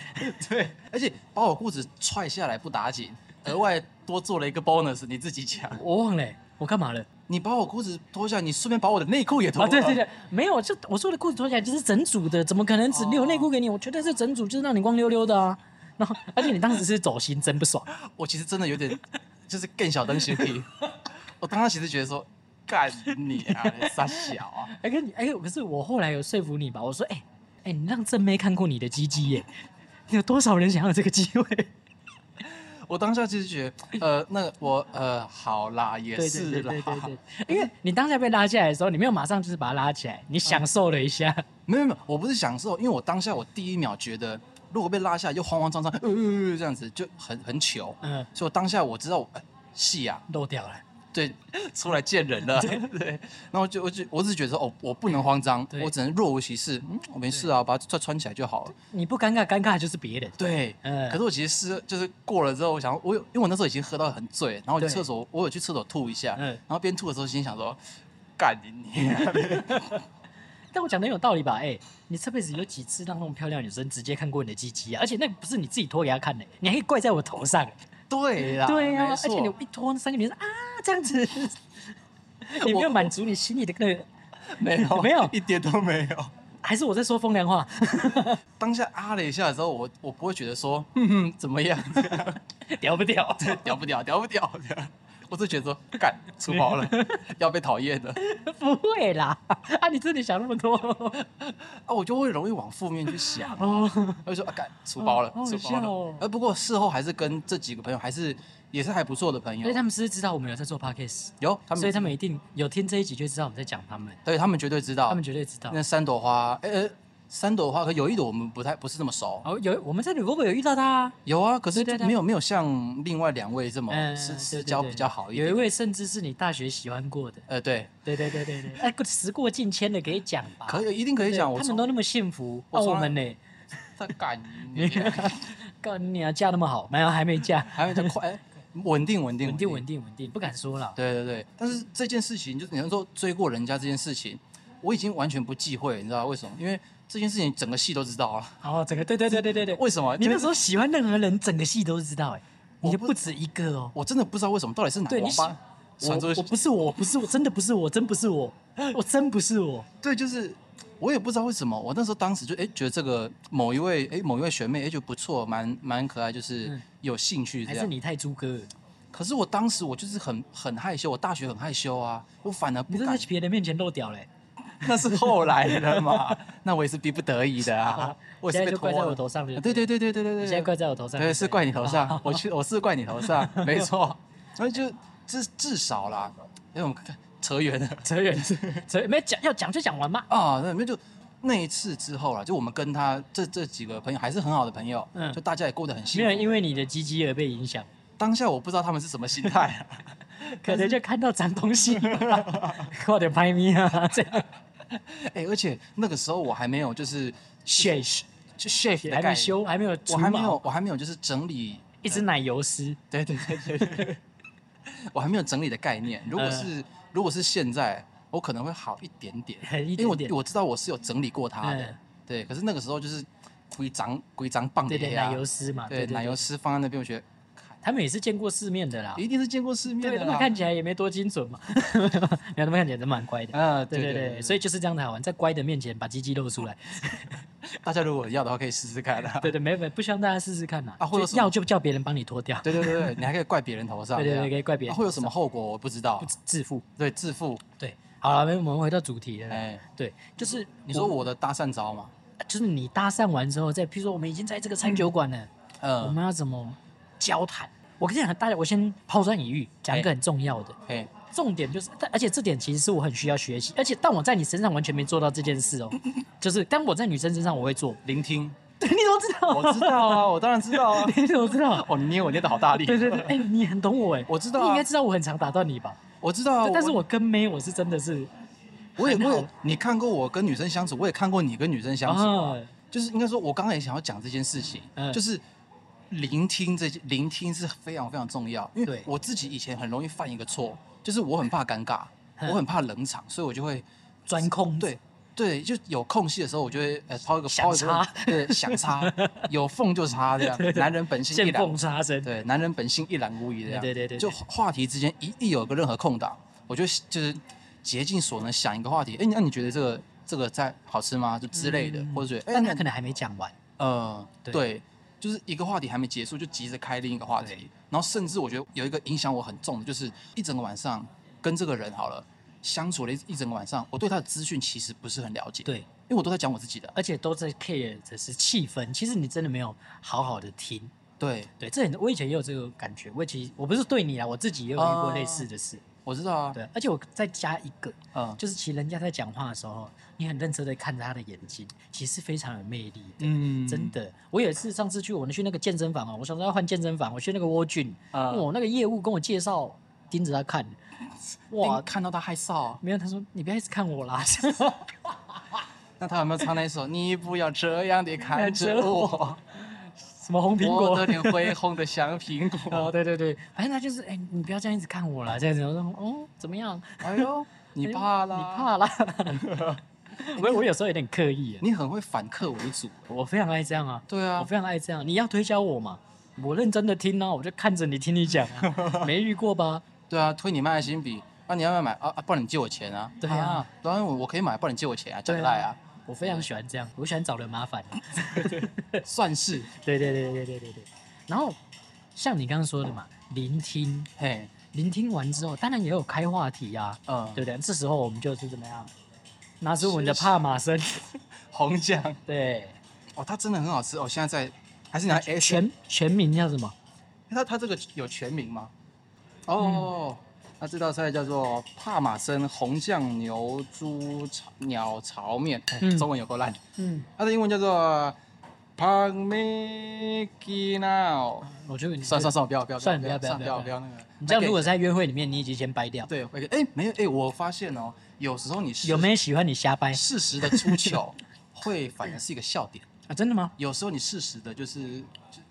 B: 对，而且把我裤子踹下来不打紧，额外多做了一个 bonus，你自己讲。
A: 我忘了欸、我干嘛了？
B: 你把我裤子脱下来，你顺便把我的内裤也脱
A: 啊，
B: 了。
A: 对对对，没有，就我说的裤子脱起来就是整组的，怎么可能只留
B: 哦
A: 内裤给你？我觉得是整组，就是让你光溜溜的 啊。然后，而且你当时是走心，真不爽。
B: 我其实真的 有点，就是更小灯兄弟。我当时其实觉得说，干你 啊，你傻小啊！
A: 哎，跟你哎，可是我后来有说服你吧，我说哎哎，你让正妹看过你的鸡鸡耶， 有多少人想要这个机会？
B: 我当下其实觉得，呃，那我呃，好啦，也
A: 对对
B: 是
A: 对
B: 啦
A: 对，对对， 因为你当下被拉下来的时候，你没有马上就是把它拉起来，你享受了一下，
B: 没有没有，我不是享受，因为我当下我第一秒觉得，如果被拉下来又慌慌张张，呃呃呃这样子就很很糗，
A: 嗯，
B: 所以我当下我知道我呃戏啊，
A: 漏掉了。
B: 对， 出来见人了， 对，然后我就我就我只是觉得说哦，我不能慌张
A: 对，
B: 我只能若无其事，嗯，我没事啊，把它穿穿起来就好了。
A: 你不尴尬，尴尬的就是别人。
B: 对，
A: 嗯
B: 可是我其实是就是过了之后，我想我有，因为我那时候已经喝到很醉，然后我去
A: 对
B: 厕所，我有去厕所吐一下，
A: 嗯
B: 然后边吐的时候心想说，干你娘！
A: 但我讲的很有道理吧？哎、你这辈子有几次让那种漂亮女生直接看过你的鸡鸡啊？而且那不是你自己脱给她看的、你还可以怪在我头上、啊
B: 对啦，
A: 对呀、
B: 没
A: 而
B: 错
A: 且你一脱，那三个女生啊这样子， 你没有满足你心里的那个，
B: 没 有
A: 没有
B: 一点都没有。
A: 还是我在说风凉话？
B: 当下啊了一下之后，我我不会觉得说，哼哼，怎么样，
A: 屌不屌？
B: 屌不屌，屌不屌 这样。我就觉得说，干出包了，要被讨厌了
A: 不会啦， 啊，你真的想那么 多？
B: 啊！我就会容易往负面去想，
A: 哦，
B: 我就说啊，干出包了
A: 哦好，
B: 出包
A: 好笑
B: 了
A: 哦。
B: 呃，不过事后还是跟这几个朋友还是也是还不错的朋
A: 因为
B: 友
A: 他，们是不是知道我们有在做 podcast，
B: 有他们，
A: 所以他哦们一定有听这一集就知道我们在讲他们，
B: 对他们绝对知道，
A: 他们绝对知道。
B: 那三朵花，呃，呃三朵花科有一朵我们不太不是那么熟，
A: 哦，有我们在吕伯伯有遇到他啊，
B: 有啊，可是
A: 对对对
B: 没有没有像另外两位这么
A: 嗯，
B: 私私
A: 对对
B: 交
A: 对
B: 比较好一
A: 有一
B: 点。
A: 位甚至是你大学喜欢过的，
B: 呃，对，
A: 对对对对对，哎，过时过境迁的可以讲吧？
B: 可以一定可以讲，
A: 啊对
B: 我
A: 他们都那么幸福，
B: 我
A: 哦
B: 从
A: 我
B: 来
A: 们呢？
B: 在干你，
A: 告诉你啊，嫁那么好，没有还没 嫁，
B: 还有在快哎稳定稳定
A: 稳定稳定稳定，不敢说了。
B: 对对对，但是这件事情就是你要说追过人家这件事情，我已经完全不忌讳，你知道为什么？因为这件事情整个系都知道了。
A: 哦，整个对对对对对对，
B: 为什么？
A: 你那时
B: 候
A: 候喜欢任何人，整个系都知道哎，
B: 我
A: 你的
B: 不
A: 不止一个哦。
B: 我真的不知道为什么，到底是哪
A: 对你
B: 王八传出
A: 我我不是我，不是我，真的不是我，真不是我，我真不是我。
B: 对，就是我也不知道为什么，我那时候当时就哎觉得这个某一位哎某一位学妹哎就不错，蛮蛮可爱，就是
A: 嗯
B: 有兴趣这
A: 还是
B: 样。
A: 你太猪哥了，
B: 可是我当时我就是很很害羞，我大学很害羞啊，我反而
A: 你
B: 不
A: 都
B: 敢
A: 在。别人面前露屌嘞，
B: 那是后来 的嘛，那我也是逼不得已的啊，我也
A: 现在
B: 是被
A: 就
B: 拖
A: 怪在我
B: 了。啊
A: 头上了。
B: 对对对对对对对，
A: 你现在怪在我头上。
B: 对，是怪你头上
A: 好，
B: 我去，我是怪你头上，没错。所以就至至少啦，因为我们看扯远了
A: 扯远扯远没讲要讲就讲完嘛。
B: 啊，那那就那一次之后啦，就我们跟他这这几个朋友还是很好的朋友，
A: 嗯
B: 就大家也过得很
A: 没
B: 幸
A: 有
B: 福。
A: 因为你的鸡鸡而被影响，
B: 当下我不知道他们是什么心态啊、
A: 可能就看到脏东西，快点拍咪 啊！这样
B: 哎、而且那个时候我还没有就是
A: 血
B: 就 shave 的
A: 还没
B: 概念，
A: 修，还没有除
B: 我还没
A: 毛，
B: 有我还没有就是整理，
A: 一直奶油丝。
B: 对对对对对， 我还没有整理的概念。
A: 嗯
B: 如果是、如果是现在，我可能会好一点点，
A: 一
B: 因
A: 点
B: 为
A: 点
B: 我我知道我是有整理过它的。
A: 嗯
B: 对，可是那个时候就是规章规章棒
A: 对
B: 的
A: 对，
B: 呀
A: 奶油丝嘛，
B: 嗯对
A: 对
B: 奶油，丝放在那边，我觉得看
A: 他们也是见过世面的啦。
B: 一定是见过世面
A: 对，
B: 的
A: 他们
B: 啦。
A: 看起来也没多精准嘛， 没有，他们看起来真蛮乖的。
B: 啊，
A: 对
B: 对啊
A: 对对，所以就是这样才好玩，在乖的面前把鸡鸡露出来。
B: 大家如果要的话，可以试试看啊。
A: 对对，没没不希望大家试试看呐
B: 啊会有
A: 就
B: 什么
A: 要就叫别人帮你脱掉。
B: 对对对对，你还可以怪别人头上。
A: 对对对，可
B: 对
A: 以怪别
B: 啊，
A: 人。
B: 会有什么后果我不知道
A: 不。自负？
B: 对，自负。
A: 对，好了，没我们回到主题了啦。
B: 哎，
A: 对，就是
B: 你说我的搭讪招嘛？
A: 就是你搭讪完之后，再譬如说我们已经在这个餐酒馆了，我
B: 嗯，
A: 们要怎么交谈？我跟你讲，大家我先抛砖引玉，讲一个很重要的、
B: 嘿，
A: 重点，就是，但而且这点其实是我很需要学习，而且但我在你身上完全没做到这件事哦， 就是但我在女生身上我会 做，
B: 聆听。
A: 对，你怎么知道？
B: 我知道 啊，我当然知道啊。
A: 你怎么知道？
B: 哦，你捏我捏的好大 力。
A: 对对 对，哎、你很懂我哎，
B: 我知道啊
A: 你应该知道我很常打断你吧？
B: 我知道啊
A: 对。但是我跟妹我是真的是
B: 我也
A: 很
B: 我
A: 好
B: 也你看过我跟女生相处，我也看过你跟女生相处。
A: 啊，
B: 就是应该说，我刚刚也想要讲这件事情，
A: 嗯
B: 就是聆听这件聆听是非常非常重要，因为
A: 对
B: 我自己以前很容易犯一个错，就是我很怕尴尬，
A: 嗯
B: 我很怕冷场，所以我就会
A: 钻空子
B: 对对，就有空隙的时候，我就会呃抛一个
A: 想
B: 抛一个
A: 插，
B: 对，想插， 有缝就插这样，男人本性一
A: 见缝
B: 览，
A: 插针，
B: 对，男人本性一览无遗这样，
A: 对对对对
B: 就话题之间一一有个任何空档，我就就是竭尽所能想一个话题，哎，那你觉得这个这个在好吃吗？就之类的，
A: 嗯
B: 或者觉得哎，
A: 但
B: 那
A: 他可能还没讲完。
B: 呃，
A: 对
B: 对，就是一个话题还没结束，就急着开另一个话题
A: 对，
B: 然后甚至我觉得有一个影响我很重的，就是一整个晚上跟这个人好了相处了一一整个晚上，我对他的资讯其实不是很了解，，
A: 对，
B: 因为我都在讲我自己的，
A: 而且都在 care 的是气氛，其实你真的没有好好的听。
B: 对，
A: 对，这很我以前也有这个感觉，我其实我不是对你啊，我自己也有遇过类似的事。
B: 我知道啊，
A: 对，而且我再加一个，
B: 嗯
A: 就是其实人家在讲话的时候，你很认真的看着他的眼睛，其实非常有魅力的。
B: 嗯
A: 真，的，我有一次上次去我们去那个健身房哦，我想说要换健身房，我去那个窝俊，
B: 啊
A: 我、那个业务跟我介绍，盯着他 看，哇
B: 哇，，看到他害臊，
A: 没有，他说你不要一直看 我啦，
B: 那他有没有唱那一首你不要这样的看着
A: 看着
B: 我，
A: 什么红苹
B: 我
A: 果
B: 的脸恢红的像苹
A: 哦，
B: 果，
A: 对对对，反正他就是，哎、你不要这样一直看我啦，这样子，我说，哦，怎么样？
B: 哎呦，你怕啦，
A: 你，怕 啦？我我有时候有点刻意耶，
B: 你很会反客为主，
A: 我非常爱这样啊，
B: 对啊
A: 我，非常爱这样。你要推销我嘛，我认真的听啊，我就看着你听你讲啊、 没遇过吧？
B: 对啊，推你卖爱心笔，啊，你要不要买啊啊？不然你借我钱啊？
A: 对啊，
B: 对啊，我我可以买，不然你借我钱啊？讲
A: 对啊
B: 赖啊，
A: 我非常喜欢这样，我喜欢找人麻烦、啊
B: 算是，
A: 对对对对对对对。然后像你刚刚说的嘛，聆听，
B: 嘿，
A: 聆听完之后，当然也有开话题啊，
B: 嗯，
A: 对不对？这时候我们就是怎么样，拿出我们的帕玛森，
B: 红酱，
A: 对，
B: 哦，它真的很好吃哦。现在在，还哎是拿 S，
A: 全全名叫什么？嗯
B: 它它这个有全名吗？哦，那这道菜叫做帕玛森红酱牛猪炒鸟炒面，
A: 嗯
B: 中文有够烂。
A: 嗯，
B: 它的英文叫做 Parmigiano。
A: 我觉得你
B: 算算算，我不要不要
A: 嗯算
B: 不
A: 不
B: 要
A: 要
B: 算
A: 不
B: 不要
A: 要
B: 不
A: 不
B: 要
A: 要
B: 那个。
A: 你这样如果在约会里面，你已经先掰掉，
B: 对，我一个哎没有哎，我发现哦，有时候你适
A: 有没有人喜欢你瞎掰
B: 适时的出糗，会反而是一个笑点。
A: 啊？真的吗？
B: 有时候你适时的，就是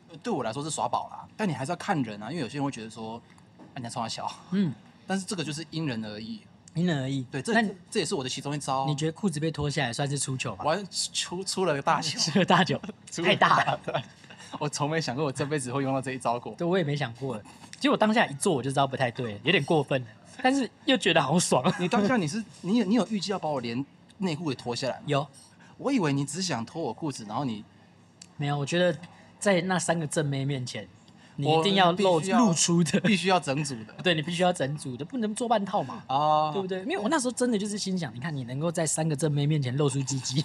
B: 就对我来说是耍宝啦，但你还是要看人啊，因为有些人会觉得说，啊你在冲他笑，
A: 嗯，
B: 但是这个就是因人而异。
A: 因人而异。
B: 对，这
A: 那
B: 这这也是我的其中一招啊。
A: 你觉得裤子被脱下来算是出糗
B: 我
A: 吗？
B: 还出出了个大笑，
A: 这个大酒
B: 出
A: 太大了，
B: 了。我从没想过我这辈子会用到这一招过。
A: 对我也没想过。其实我当下一做我就知道不太对，有点过分了，但是又觉得好爽。啊
B: 你当下你是你有你有预计要把我连内裤给脱下来吗？
A: 有
B: 我以为你只想脱我裤子，然后你
A: 没有？我觉得在那三个正妹面前，你
B: 我
A: 一定要
B: 必
A: 露
B: 须要
A: 露出的，
B: 必须要整组的
A: 对你必须要整组的，不能做半套嘛。
B: 啊
A: 对不对？因为我那时候真的就是心想，你看你能够在三个正妹面前露出鸡鸡，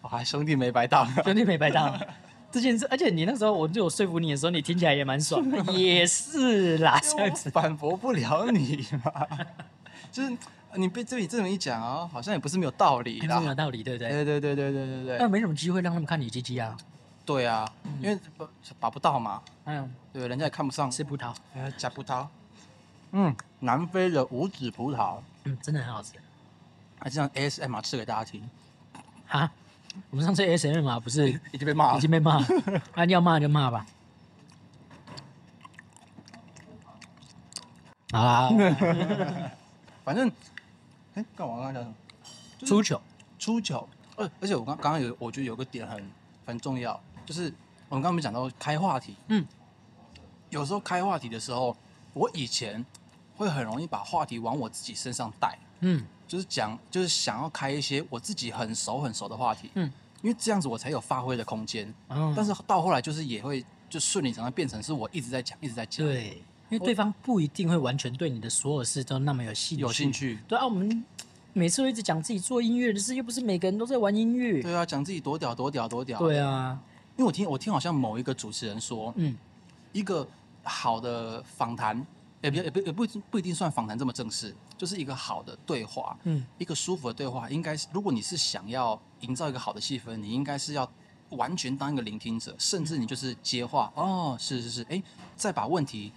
B: 哇，兄弟没白当。
A: 绝对没白搭嘛。这件事，而且你那时候我就有说服你的时候，你听起来也蛮爽的，也是
B: 哎
A: 啦，这样子。
B: 反驳不了你嘛，就是你被这里这么一讲啊，好像也不是没有道理
A: 听
B: 啦
A: 懂。有道理，对不对？
B: 对对对对对对对
A: 但
B: 对，
A: 没什么机会让他们看你鸡鸡啊。
B: 对啊，因为不把不到嘛，
A: 嗯，
B: 对，人家也看不上。
A: 吃葡萄，
B: 呃，假葡萄，嗯，南非的无籽葡萄，
A: 嗯，真的很好吃。
B: 啊，这样 ASMR 吃给大家听，
A: 哈，我们上次 S M 嘛，不是
B: 已经被骂
A: 已
B: 了
A: 经。被骂了？啊，你要骂就骂吧。好啦，
B: 反正，哎，干嘛？刚刚讲什么？
A: 出糗，
B: 出糗。而而且我刚刚刚有，我觉得有个点很很重要，就是我们刚刚没讲到开话题。
A: 嗯，
B: 有时候开话题的时候，我以前会很容易把话题往我自己身上带，
A: 嗯，
B: 就是讲，就是想要开一些我自己很熟很熟的话题。
A: 嗯，
B: 因为这样子我才有发挥的空间。
A: 嗯
B: 但是到后来就是也会就顺理成章变成是我一直在讲，一直在讲。，
A: 对，因为对方不一定会完全对你的所有事都那么有兴趣。
B: 有兴趣。
A: 对啊，我们每次都一直讲自己做音乐的事，又不是每个人都在玩音乐。
B: 对啊，讲自己多屌多屌多屌。，
A: 对啊，
B: 因为我听我听好像某一个主持人说，
A: 嗯，
B: 一个好的访谈，也不也不也不不一定算访谈这么正式，就是一个好的对话，
A: 嗯，
B: 一个舒服的对话，应该是如果你是想要营造一个好的气氛，你应该是要完全当一个聆听者，甚至你就是接话，
A: 嗯
B: 哦，是是是，哎，再把问题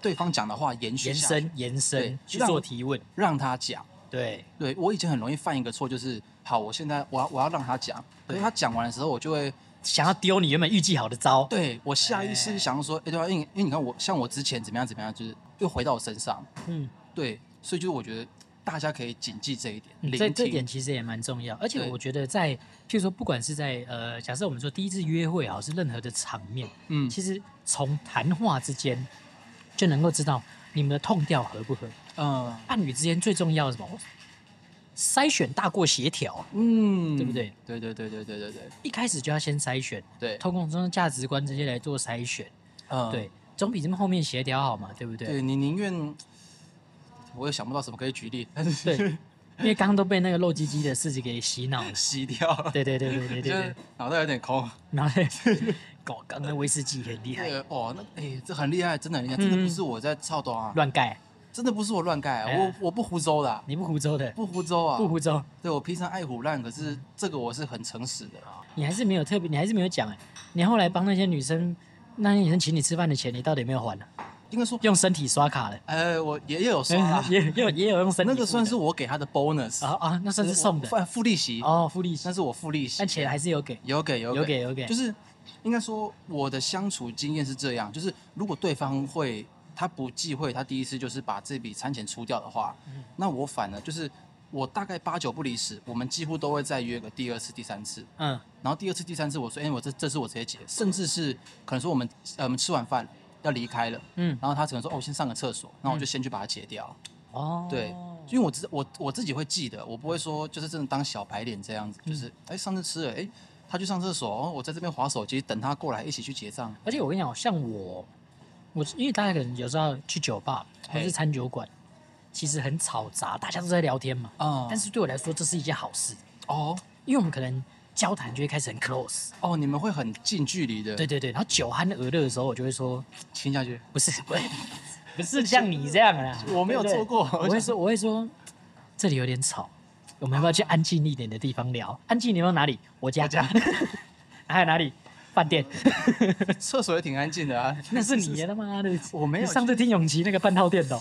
B: 对方讲的话延续
A: 延
B: 下去，
A: 伸延
B: 对
A: 伸去
B: 让
A: 做提问，
B: 让他讲。
A: 对，
B: 对我以前很容易犯一个错，就是好，我现在我要我要让他讲，可是他讲完的时候，我就会
A: 想要丢你原本预计好的招。
B: 对我下意识想要说，哎、对啊，因为因为你看我像我之前怎么样怎么样，就是又回到我身上，
A: 嗯，
B: 对，所以就是我觉得大家可以谨记这一点，
A: 嗯
B: 聆
A: 这
B: 听。
A: 这点其实也蛮重要，而且
B: 对
A: 我觉得在，譬如说，不管是在呃，假设我们说第一次约会啊，是任何的场面，
B: 嗯，
A: 其实从谈话之间就能够知道你们的痛调合不合。
B: 嗯
A: 伴侣之间最重要的是什么？筛选大过协调，
B: 嗯，
A: 对不对？
B: 对对对对对对对
A: 一开始就要先筛选，
B: 对，
A: 通过中的价值观这些来做筛选，
B: 嗯，
A: 对，总比这么后面协调好嘛，对不对？
B: 对，你宁愿我也想不到什么可以举例，但是。
A: 对，因为刚刚都被那个漏鸡鸡的事情给洗脑了
B: 洗掉了，
A: 对对对对对对
B: 就
A: 对
B: 是，脑袋有点空。
A: 然后搞刚刚威士忌很厉害，嗯
B: 对哦，那哎、这很厉害，真的很厉害，真的不是我在操刀啊，
A: 乱盖，
B: 真的不是我乱盖、
A: 哎
B: 我
A: 呀
B: 我不胡诌的啊、
A: 你不胡诌的，
B: 不胡诌啊，
A: 不胡诌，
B: 对我平常爱胡乱，可
A: 嗯
B: 是这个我是很诚实的啊。
A: 你还是没有特别，你还是没有讲哎，你后来帮那些女生，那些女生请你吃饭的钱，你到底有没有哎还呢？
B: 应该说，
A: 用身体刷卡的，，
B: 呃，我也也有刷啊
A: 也也有也有用身体付的，
B: 那个算是我给他的 bonus，呃
A: 啊啊，那算是送的
B: 算付利息，
A: 哦，复利息
B: 那，是我付利息
A: 但，钱还是有给，
B: 有给有
A: 有给有给
B: 就是应该说我的相处经验是这样，就是如果对方会他不忌讳，他第一次就是把这笔餐钱出掉的话，
A: 嗯
B: 那我反而就是我大概八九不离十，我们几乎都会再约个第二次、第三次。
A: 嗯
B: 然后第二次、第三次，我说，哎、我这这次我直接结，甚至是可能说我们呃我们吃完饭要离开了，
A: 嗯，
B: 然后他可能说，哦，我先上个厕所，那我就先去把它结掉。
A: 哦，
B: 对，因为我自我我自己会记得，我不会说就是真的当小白脸这样
A: 嗯
B: 子，就是哎、上次吃了，哎、他去上厕所，哦我在这边划手机，等他过来一起去结账。
A: 而且我跟你讲，像我，我因为大家可能有时候去酒吧或
B: 嘿
A: 是餐酒馆，其实很吵杂，大家都在聊天嘛。
B: 啊、
A: 但是对我来说，这是一件好事，
B: 哦
A: 因为我们可能交谈就会开始很 close。
B: 哦，你们会很近距离的
A: 对对对，然后酒酣耳热的时候，我就会说
B: 亲下去，
A: 不是，不是不是像你这样啦。
B: 我没有
A: 对不对
B: 做过
A: 我会说，我会说，这里有点吵，我们要不要去安静一点的地方聊？安静一点到哪里？我家。
B: 家
A: 还有哪里？饭店？
B: 厕所也挺安静的啊。
A: 那是 你他妈的！
B: 我没有
A: 你上次听永琪那个半套店的哦，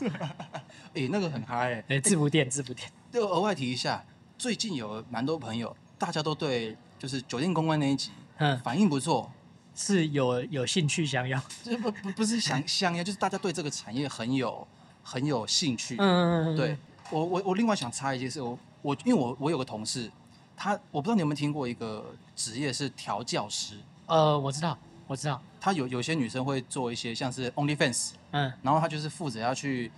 B: 诶，那个很嗨、欸。
A: 对，制服哎店，制服店。
B: 对，额外提一下，最近有蛮多朋友，大家都对就是酒店公关那一集
A: 嗯，
B: 反应不错，
A: 是有有兴趣想要，
B: 就是不不不是想想呀，就是大家对这个产业很有很有兴趣。
A: 嗯，
B: 对我我我另外想插一件事，我我因为我我有个同事，他我不知道你有没有听过一个职业是调教师，
A: 呃，我知道，我知道，
B: 他有有些女生会做一些像是 OnlyFans，
A: 嗯
B: 然后他就是负责要去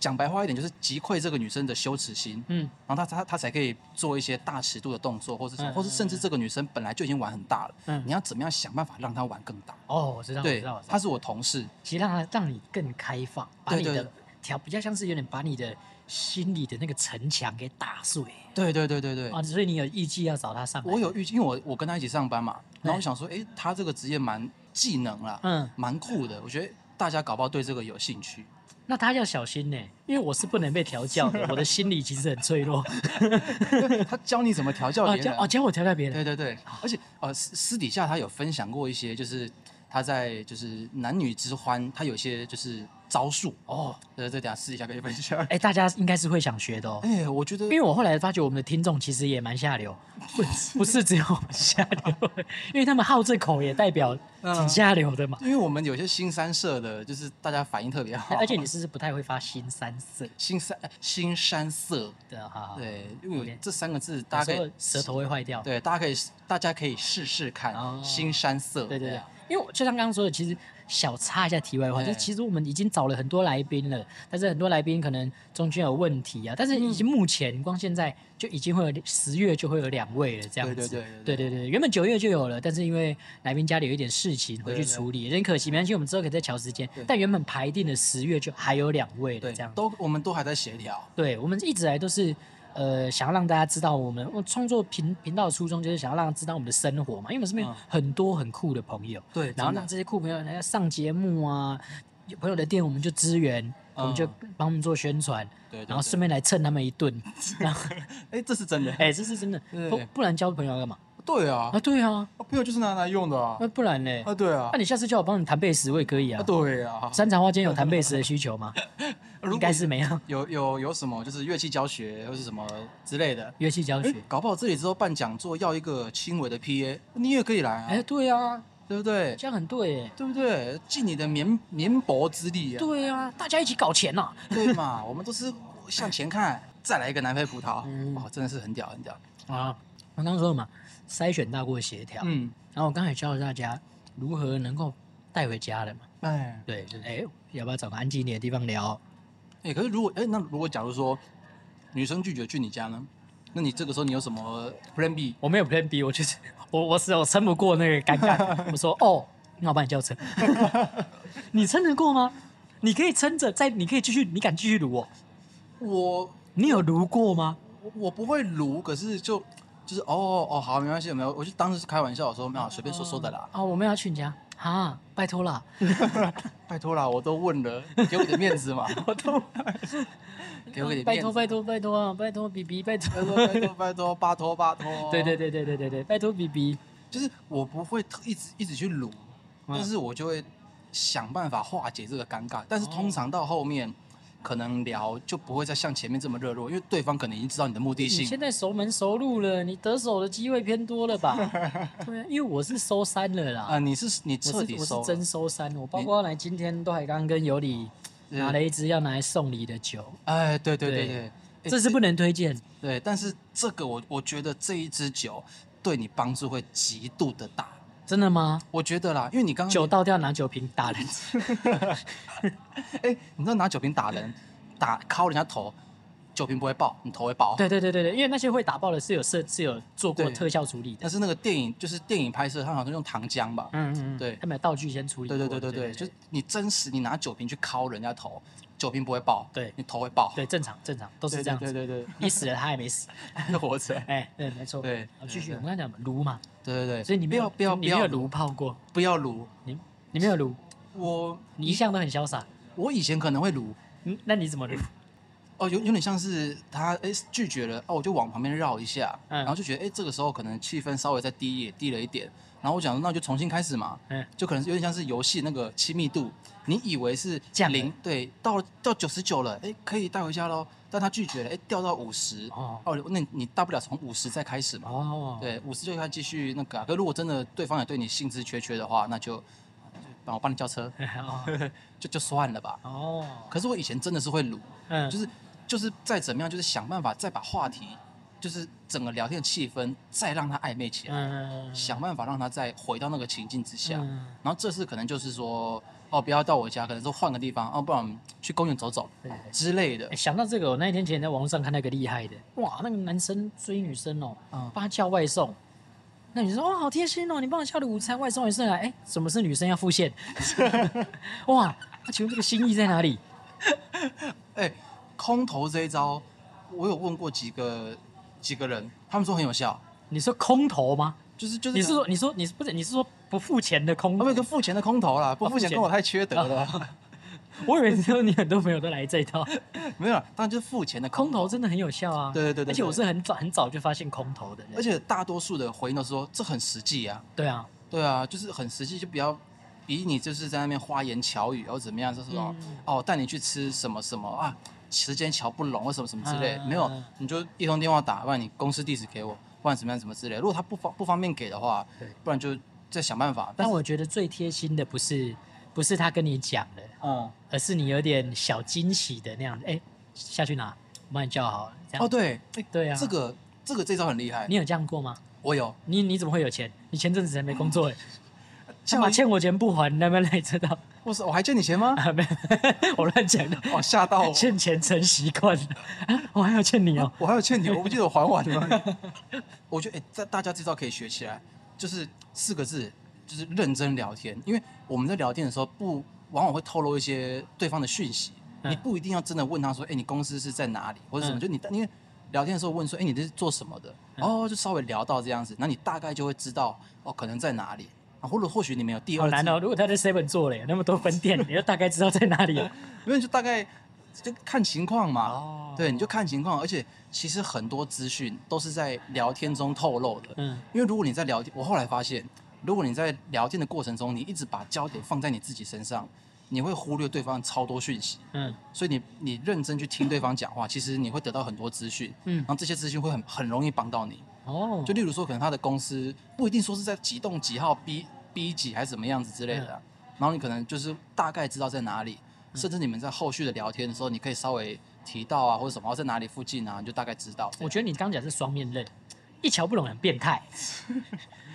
B: 讲白话一点，就是击溃这个女生的羞耻心。
A: 嗯
B: 然后他他他才可以做一些大尺度的动作，或是什么，
A: 嗯
B: 或是甚至这个女生本来就已经玩很大了，
A: 嗯
B: 你，要怎么样想办法让她玩更大？
A: 哦，我知道，我知
B: 对
A: 道，我，知
B: 她
A: 道，
B: 是我同事，
A: 其实让他让你更开放，把
B: 对
A: 你
B: 对
A: 的条比较像是有点把你的心里的那个城墙给打碎
B: 对对对对对，
A: 啊，所以你有预计要找他上来，
B: 我有，预期，因为我我跟她一起上班嘛，然
A: 对
B: 后我想说，诶，她这个职业蛮技能啦，
A: 嗯，
B: 蛮酷的，我觉得大家搞不好对这个有兴趣。
A: 那他要小心呢，因为我是不能被调教 的，我的心理其实很脆弱，
B: 她教你怎么调教
A: 哦
B: 别
A: 教
B: 人，
A: 哦教我调教别人，
B: 对对对，而且呃私私底下她有分享过一些，就是她在就是男女之欢，她有一些就是招数哦，对这等一下私底下可以分享。
A: 哎，大家应该是会想学的哦。
B: 哎、我觉得
A: 因为我后来发觉我们的听众其实也蛮下流，不 不是只有我们下流，因为他们好这口也代表
B: 嗯
A: 挺下流的嘛。
B: 因为我们有些新三社的，就是大家反应特别好，
A: 而且你是不是不太会发新三色
B: 新三呃新山色，
A: 的哈？，
B: 对，因为有
A: OK
B: 这三个字大
A: 大
B: 家可
A: 家
B: 以
A: 舌头会坏掉。
B: 对，大家可以大家可以试试看、
A: 哦
B: 新山色，
A: 对对对
B: 啊，
A: 因为我就像刚刚说的，其实小插一下题外话，
B: 哎
A: 就是其实我们已经找了很多来宾了，但是很多来宾可能中间有问题啊，但
B: 嗯
A: 是已经目前光现在就已经会有十月就会有两位了，这样
B: 对
A: 子。
B: 对对
A: 对
B: 对
A: 对对，原本九月就有了，但是因为来宾家里有一点事情回去处理，有点可惜，没关系，我们之后可以再调时间
B: 对。
A: 但原本排定的十月就还有两位了，
B: 对
A: 这样。
B: 都我们都还在协调，
A: 对，我们一直以来都是呃，想要让大家知道我们我创作频频道的初衷就是想要让大家知道我们的生活嘛，因为我们身边有
B: 嗯
A: 很多很酷的朋友，
B: 对
A: 然后
B: 真的
A: 让这些酷朋友来上节目啊，有朋友的店我们就支援，我们就帮他们做宣传，
B: 对对
A: 然后顺
B: 便
A: 便来蹭他们一 顿。然后，
B: 哎、这是真的，
A: 哎，这是真的，
B: 对
A: 不不然交朋友要干嘛
B: 对啊
A: 啊？，对啊，
B: 啊朋友就是拿来用的啊，
A: 那不然呢？
B: 啊对啊
A: 那、，你下次叫我帮你弹贝斯，我也可以啊。
B: 啊对啊，
A: 山茶花间有弹贝斯的需求吗？应
B: 如果
A: 该是没有。
B: 有有有什么就是乐器教学或是什么之类的。
A: 乐器教
B: 哎
A: 学，
B: 搞不好这里之后办讲座要一个轻微的 PA，你也可以来啊，
A: 哎、对啊，
B: 对不对？
A: 这样很对耶。
B: 对不对？尽你的绵绵薄之力啊，
A: 对啊，大家一起搞钱呐、
B: 对嘛？我们都是向前看，再来一个南非葡萄，
A: 嗯
B: 哦，真的是很屌很屌。
A: 啊，我刚刚说了嘛，筛选大过协调。
B: 嗯，
A: 然后我刚才教了大家如何能够带回家了嘛。
B: 哎
A: 对，就是哎、要不要找个安静一点的地方聊？
B: 哎，可是如果哎，那如果假如说女生拒绝去你家呢？那你这个时候你有什么 Plan B？
A: 我没有 Plan B，我就是我我是我撑不过那个尴 尬。我说哦，那我帮你叫车， 你撑得过吗？你可以撑着，再你可以继续，你敢继续撸我？
B: 我
A: 你有撸过吗？
B: 我我不会撸，可是就就是哦哦好，没关系，没有，我就当时是开玩笑，我说没有，随便说说的啦，
A: 哦，我们要去你家啊，拜托啦，
B: 拜托啦，我都问 了，给我点面子嘛，
A: 我都
B: 给我点面子，
A: 拜托拜托拜托啊，拜托比比拜托，
B: 拜托拜托拜托，拜托拜托，
A: 对对对对对对对，拜托比比，
B: 就是我不会特一直一直去撸，
A: 嗯
B: 但是我就会想办法化解这个尴尬。但是通常到后面，可能聊就不会再像前面这么热络，因为对方可能已经知道你的目的
A: 你
B: 性
A: 现。在熟门熟路了，你得手的机会偏多了吧？ 对啊，因为我是收山了
B: 啊、
A: 啦，
B: 你是你
A: 我
B: 彻
A: 是
B: 底
A: 我
B: 收
A: 是
B: 了
A: 真收山，我包括来今天都还刚跟尤里
B: 嗯
A: 拿了一支要拿来送礼的酒，
B: 哎，对对
A: 对
B: 对对，哎
A: 这是不能推荐。
B: 对，但是这个我我觉得这一支酒对你帮助会极度的大，
A: 真的吗？
B: 我觉得啦，因为你刚刚
A: 酒倒掉拿酒瓶打人，
B: 哎，你知道拿酒瓶打人，打敲人家头，酒瓶不会爆，你头会爆。
A: 对对对对对，因为那些会打爆的是有设是有做过
B: 哦对
A: 特效处理的
B: 但，是那个电影就是电影拍摄，他好像用糖浆吧，
A: 嗯嗯嗯，
B: 对
A: 他们有道具先处理过
B: 对
A: 的。
B: 对对对对，就是你真实，你拿酒瓶去敲人家头，酒瓶不会爆，
A: 对
B: 你头会爆，
A: 对，正常正常都是这样
B: 对
A: 子。
B: 对对，
A: 你死了，他还没死。
B: 对活着，
A: 哎，对，没错。
B: 对
A: 好继续，
B: 对对
A: 我刚才讲嘛炉嘛，
B: 对对对，
A: 所以你
B: 不
A: 没有
B: 要不要
A: 你
B: 不
A: 没有
B: 要
A: 炉，泡过，
B: 不要撸，
A: 你你没有炉，
B: 我
A: 你一向都很潇洒。
B: 我以前可能会卤，
A: 嗯，那你怎么卤？
B: 哦，有有点像是他哎拒绝了，哦，我就往旁边绕一下，
A: 嗯
B: 然后就觉得哎这个时候可能气氛稍微再低也低了一点，然后我想说那就重新开始嘛，
A: 嗯
B: 就可能有点像是游戏那个亲密度，你以为是
A: 降了
B: 零，对，到到九十九了，哎可以带回家喽，但他拒绝了，哎掉到五十，
A: 哦
B: 哦，那你大不了从五十再开始嘛，
A: 哦，，
B: 对，五十就要继续那个、啊，可如果真的对方也对你兴致缺缺的话，那就帮我帮你叫车，
A: 哦
B: 就就算了吧。
A: 哦，
B: 可是我以前真的是会卤。
A: 嗯，
B: 就是就是再怎么样，就是想办法再把话题，就是整个聊天的气氛再让他暧昧起来，
A: 嗯
B: 想哦办法让他再回到那个情境之下。
A: 嗯
B: 然后这次可能就是说，哦，不要到我家，可能说换个地方，哦，不然我们去公园走走
A: 对对对
B: 之类的
A: 欸。想到这个，我那一天前在网络上看到一个厉害的，哇，那个男生追女生哦、
B: 嗯
A: 帮她叫外送。那女生说：“哇，好贴心哦、你帮我叫了午餐，外送也送来。哎、什么是女生要付现？ 哇，那请问这个心意在哪里？
B: 哎、空投这一招，我有问过几个几个人，他们说很有效，
A: 你说空投吗？
B: 就是就是
A: 你是说你说你是不是你是说不付钱的空
B: 他
A: 投
B: 们有个付钱的空投啦，不
A: 哦
B: 付
A: 付
B: 钱
A: 钱啊
B: 跟我太缺德了。
A: 我以为只有你很多朋友都来这一套，
B: 没有啦，当然就是付钱的
A: 空
B: 投
A: 投真的很有效啊。
B: 对对对对
A: 而且我
B: 对
A: 是很早很早就发现空投的人，
B: 而且大多数的回应都说这很实际啊，
A: 对啊，
B: 对啊，就是很实际，就比较比你就是在那边花言巧语，然后怎么样，就是说、
A: 嗯
B: 哦，带你去吃什么什么啊，时间瞧不拢或什么什么之类，
A: 嗯
B: 没有，你就一通电话打，不然你公司地址给我，不然怎么样怎么之类。如果他不方不方便给的话
A: 对，
B: 不然就再想办法。但
A: 但
B: 是
A: 我觉得最贴心的不是不是他跟你讲的，
B: 哦、
A: 而是你有点小惊喜的那样子。哎、下去拿，我帮你叫好了。这样
B: 哦，对，哎
A: 对啊，
B: 这个这个这招很厉害
A: 你，有这样过吗？
B: 我有
A: 你你怎么会有钱？你前阵子才没工作哎，干
B: 哦我
A: 嘛欠我钱不还？那边来知道？
B: 我是我还欠你钱吗？
A: 啊，没有，我乱讲的。，
B: 哦，吓到我
A: 欠钱成习惯了， 啊我还要欠你哦。
B: 我还有欠你，我不记得我还完 了。我觉得哎，大、大家这招可以学起来，就是四个字，就是认真聊天。因为我们在聊天的时候不，往往会透露一些对方的讯息，
A: 嗯
B: 你不一定要真的问他说，哎、你公司是在哪里，或者什么，
A: 嗯
B: 就你因为。聊天的时候问说，哎、你这是做什么的？哦，就稍微聊到这样子，那你大概就会知道哦，可能在哪里啊，或者或许你们有第
A: 好
B: 二
A: 难
B: 次，
A: 哦！如果他在 Seven 做了有那么多分店，你就大概知道在哪里了。
B: 因为就大概就看情况嘛。
A: 哦
B: 对，你就看情况，而且其实很多资讯都是在聊天中透露的。
A: 嗯，
B: 因为如果你在聊天，我后来发现，如果你在聊天的过程中，你一直把焦点放在你自己身上，你会忽略对方超多讯息。
A: 嗯
B: 所以你你认真去听对方讲话，其实你会得到很多资讯，
A: 嗯
B: 然，后这些资讯会很很容易帮到你。
A: 哦，
B: 就例如说，可能他的公司不一定说是在几栋几号 B B 几还是怎么样子之类的啊、
A: 嗯
B: 然后你可能就是大概知道在哪里，甚至你们在后续的聊天的时候，你可以稍微提到啊或者什么哦在哪里附近啊，你就大概知道。
A: 我觉得你刚讲是双面刃，一瞧不懂很变 态，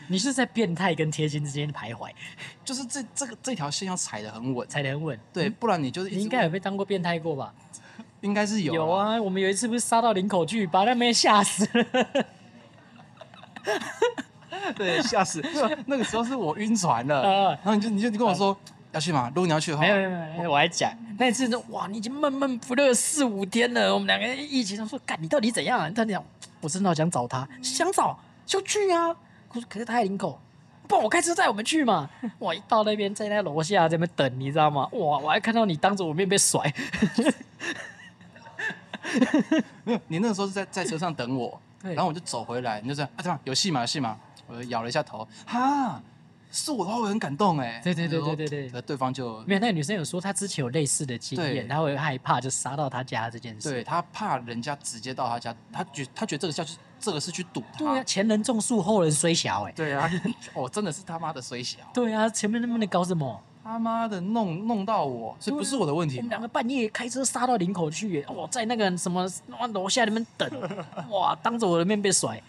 A: 你是在变态跟贴心之间徘徊，
B: 就是这这个这条线要踩得很稳，
A: 才能问。
B: 对，不然你就是
A: 嗯
B: 一
A: 你
B: 直
A: 应该有被当过变态过吧？
B: 应该是有
A: 有
B: 啦，
A: 啊，我们有一次不是杀到林口去，把那边吓死了。
B: 啊 对，吓死！那个时候是我晕 船了
A: 啊，
B: 然后你就你就你跟我说要去吗？如果你要去的话，
A: 嗯没有没有没 有，我还讲那一次就哇，你已经闷闷不乐四五天了，我们两个一起都说，干你到底怎样、啊？他讲我真的好想找他，想找就去啊。可是可是他在林口，不然我开车载我们去嘛。我一到那边在那楼下在那边等，你知道吗？哇，我还看到你当着我面被甩。
B: 没有，你那个时候是在在车上等我，
A: 对
B: 然后我就走回来，你就这样啊，对吧？有戏吗？有戏吗？我就摇了一下头，哈，是我的话，我会很感动哎。
A: 对对对
B: 然后
A: 对对对
B: 可对方就
A: 没有，那个女生有说她之前有类似的经
B: 对
A: 验，她会害怕就杀到她家这件事。
B: 对他怕人家直接到他家，他觉他觉得这个叫是这个是去堵
A: 对啊，
B: 他。
A: 前人种树，后人虽小、欸，哎，
B: 对啊， 我真的是他妈的水小，
A: 对啊，前面那么的搞什么？
B: 他妈的弄弄到我，这不是我的问题
A: 我们。两个半夜开车杀到林口去、欸，哇，在那个什么哇楼下那边等，哇，当着我的面被甩，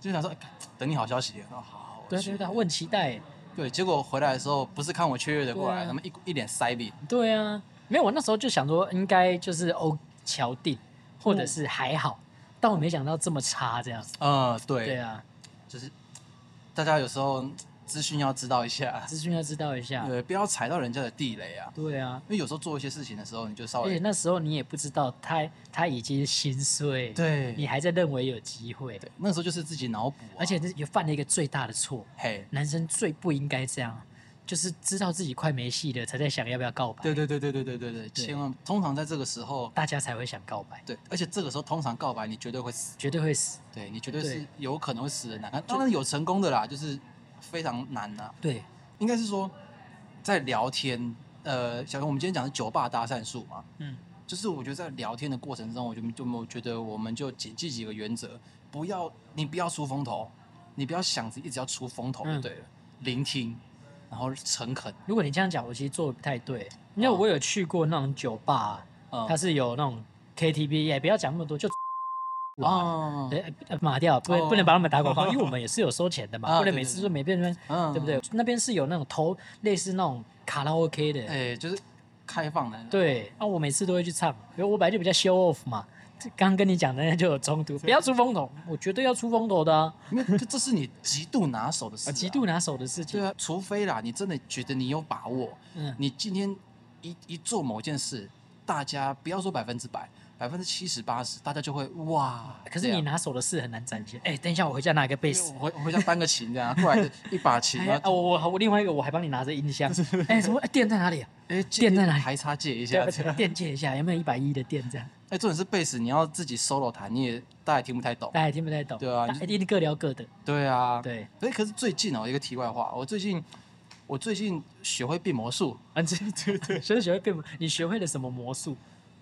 B: 就想说，哎干等你好消息。哦，好，我
A: 对啊
B: 去
A: 对啊对啊，我很期待、欸，
B: 对，结果回来的时候不是看我雀跃的过
A: 对
B: 来，
A: 啊
B: 他们一一脸塞脸。
A: 对啊，没有，我那时候就想说应该就是欧乔定，或者是还好，但我没想到这么差这样子。
B: 嗯，
A: 对
B: 对，
A: 啊，
B: 就是大家有时候资讯要知道一下。
A: 资讯要知道一下。
B: 对，不要踩到人家的地雷啊！
A: 对啊，
B: 因为有时候做一些事情的时候，你就稍
A: 而且
B: 微
A: 那时候你也不知道他他已经心碎，
B: 对
A: 你还在认为有机会，
B: 那时候就是自己脑补啊、
A: 而且这也犯了一个最大的错，
B: 嘿，
A: 男生最不应该这样，就是知道自己快没戏了，才在想要不要告白。
B: 对对对对对对对对，
A: 对
B: 千万通常在这个时候，
A: 大家才会想告白，
B: 对，而且这个时候通常告白你绝对会死，
A: 绝对会死。
B: 对你绝对是
A: 对
B: 有可能会死的难看。当然有成功的啦，就是非常难啊呐、
A: 对，
B: 应该是说在聊天，呃，小熊，我们今天讲的是酒吧搭讪术嘛，
A: 嗯，
B: 就是我觉得在聊天的过程中，我就就我觉得我们就谨记几个原则，不要你不要出风头，你不要想着一直要出风头就
A: 嗯
B: 对了，聆听，然后诚恳，
A: 如果你这样讲，我其实做的不太对，因为
B: 哦
A: 我有去过那种酒吧，
B: 嗯，
A: 它是有那种 KTV，也不要讲那么多，就啊，
B: 哦，
A: 对，呃码掉，不
B: 哦
A: 不能把他们打广告，因为我们也是有收钱的
B: 啊
A: 嘛，不能
B: 对
A: 每
B: 对
A: 次
B: 对
A: 说没变成，
B: 嗯
A: 对不？对？那边是有那种投类似那种卡拉 OK 的，
B: 哎、就是开放的，
A: 对，那、啊我每次都会去唱，因为我本来就比较 show off 嘛。这刚刚跟你讲的那就有冲突，不要出风头，我绝对要出风头的啊！
B: 因为这这是你极度拿手的事、
A: 啊
B: 啊，
A: 极度拿手的事情，
B: 对啊，除非啦，你真的觉得你有把握，
A: 嗯，
B: 你今天一一做某件事，大家不要说百分之百，百分之七十八十，大家就会哇。
A: 可是你
B: 呢？
A: 拿手的事很难展现。哎、等一下，我回家拿一个贝斯。
B: 啊我回我回家单个琴这样，过来一把琴，
A: 哎
B: 然
A: 呀，啊
B: 后
A: 我我我另外一个我还帮你拿着音箱。哎、什么、哎电在哪里、啊？
B: 哎，
A: 电在哪里
B: 还差借一
A: 对
B: 下
A: 啊，
B: 这样。
A: 电借一下，有没有一百一的电这样？
B: 哎，重点是贝斯，你要自己 solo 弹，你也大家也听不太懂。
A: 大家也听不太懂。
B: 对啊
A: 大
B: 就是
A: 一定各聊各的。
B: 对啊，。
A: 对，
B: 哎，可是最近哦，一个题外话，我最近我最近学会变魔术，
A: 啊，这对对， 所以学会变魔，你学会了什么魔术？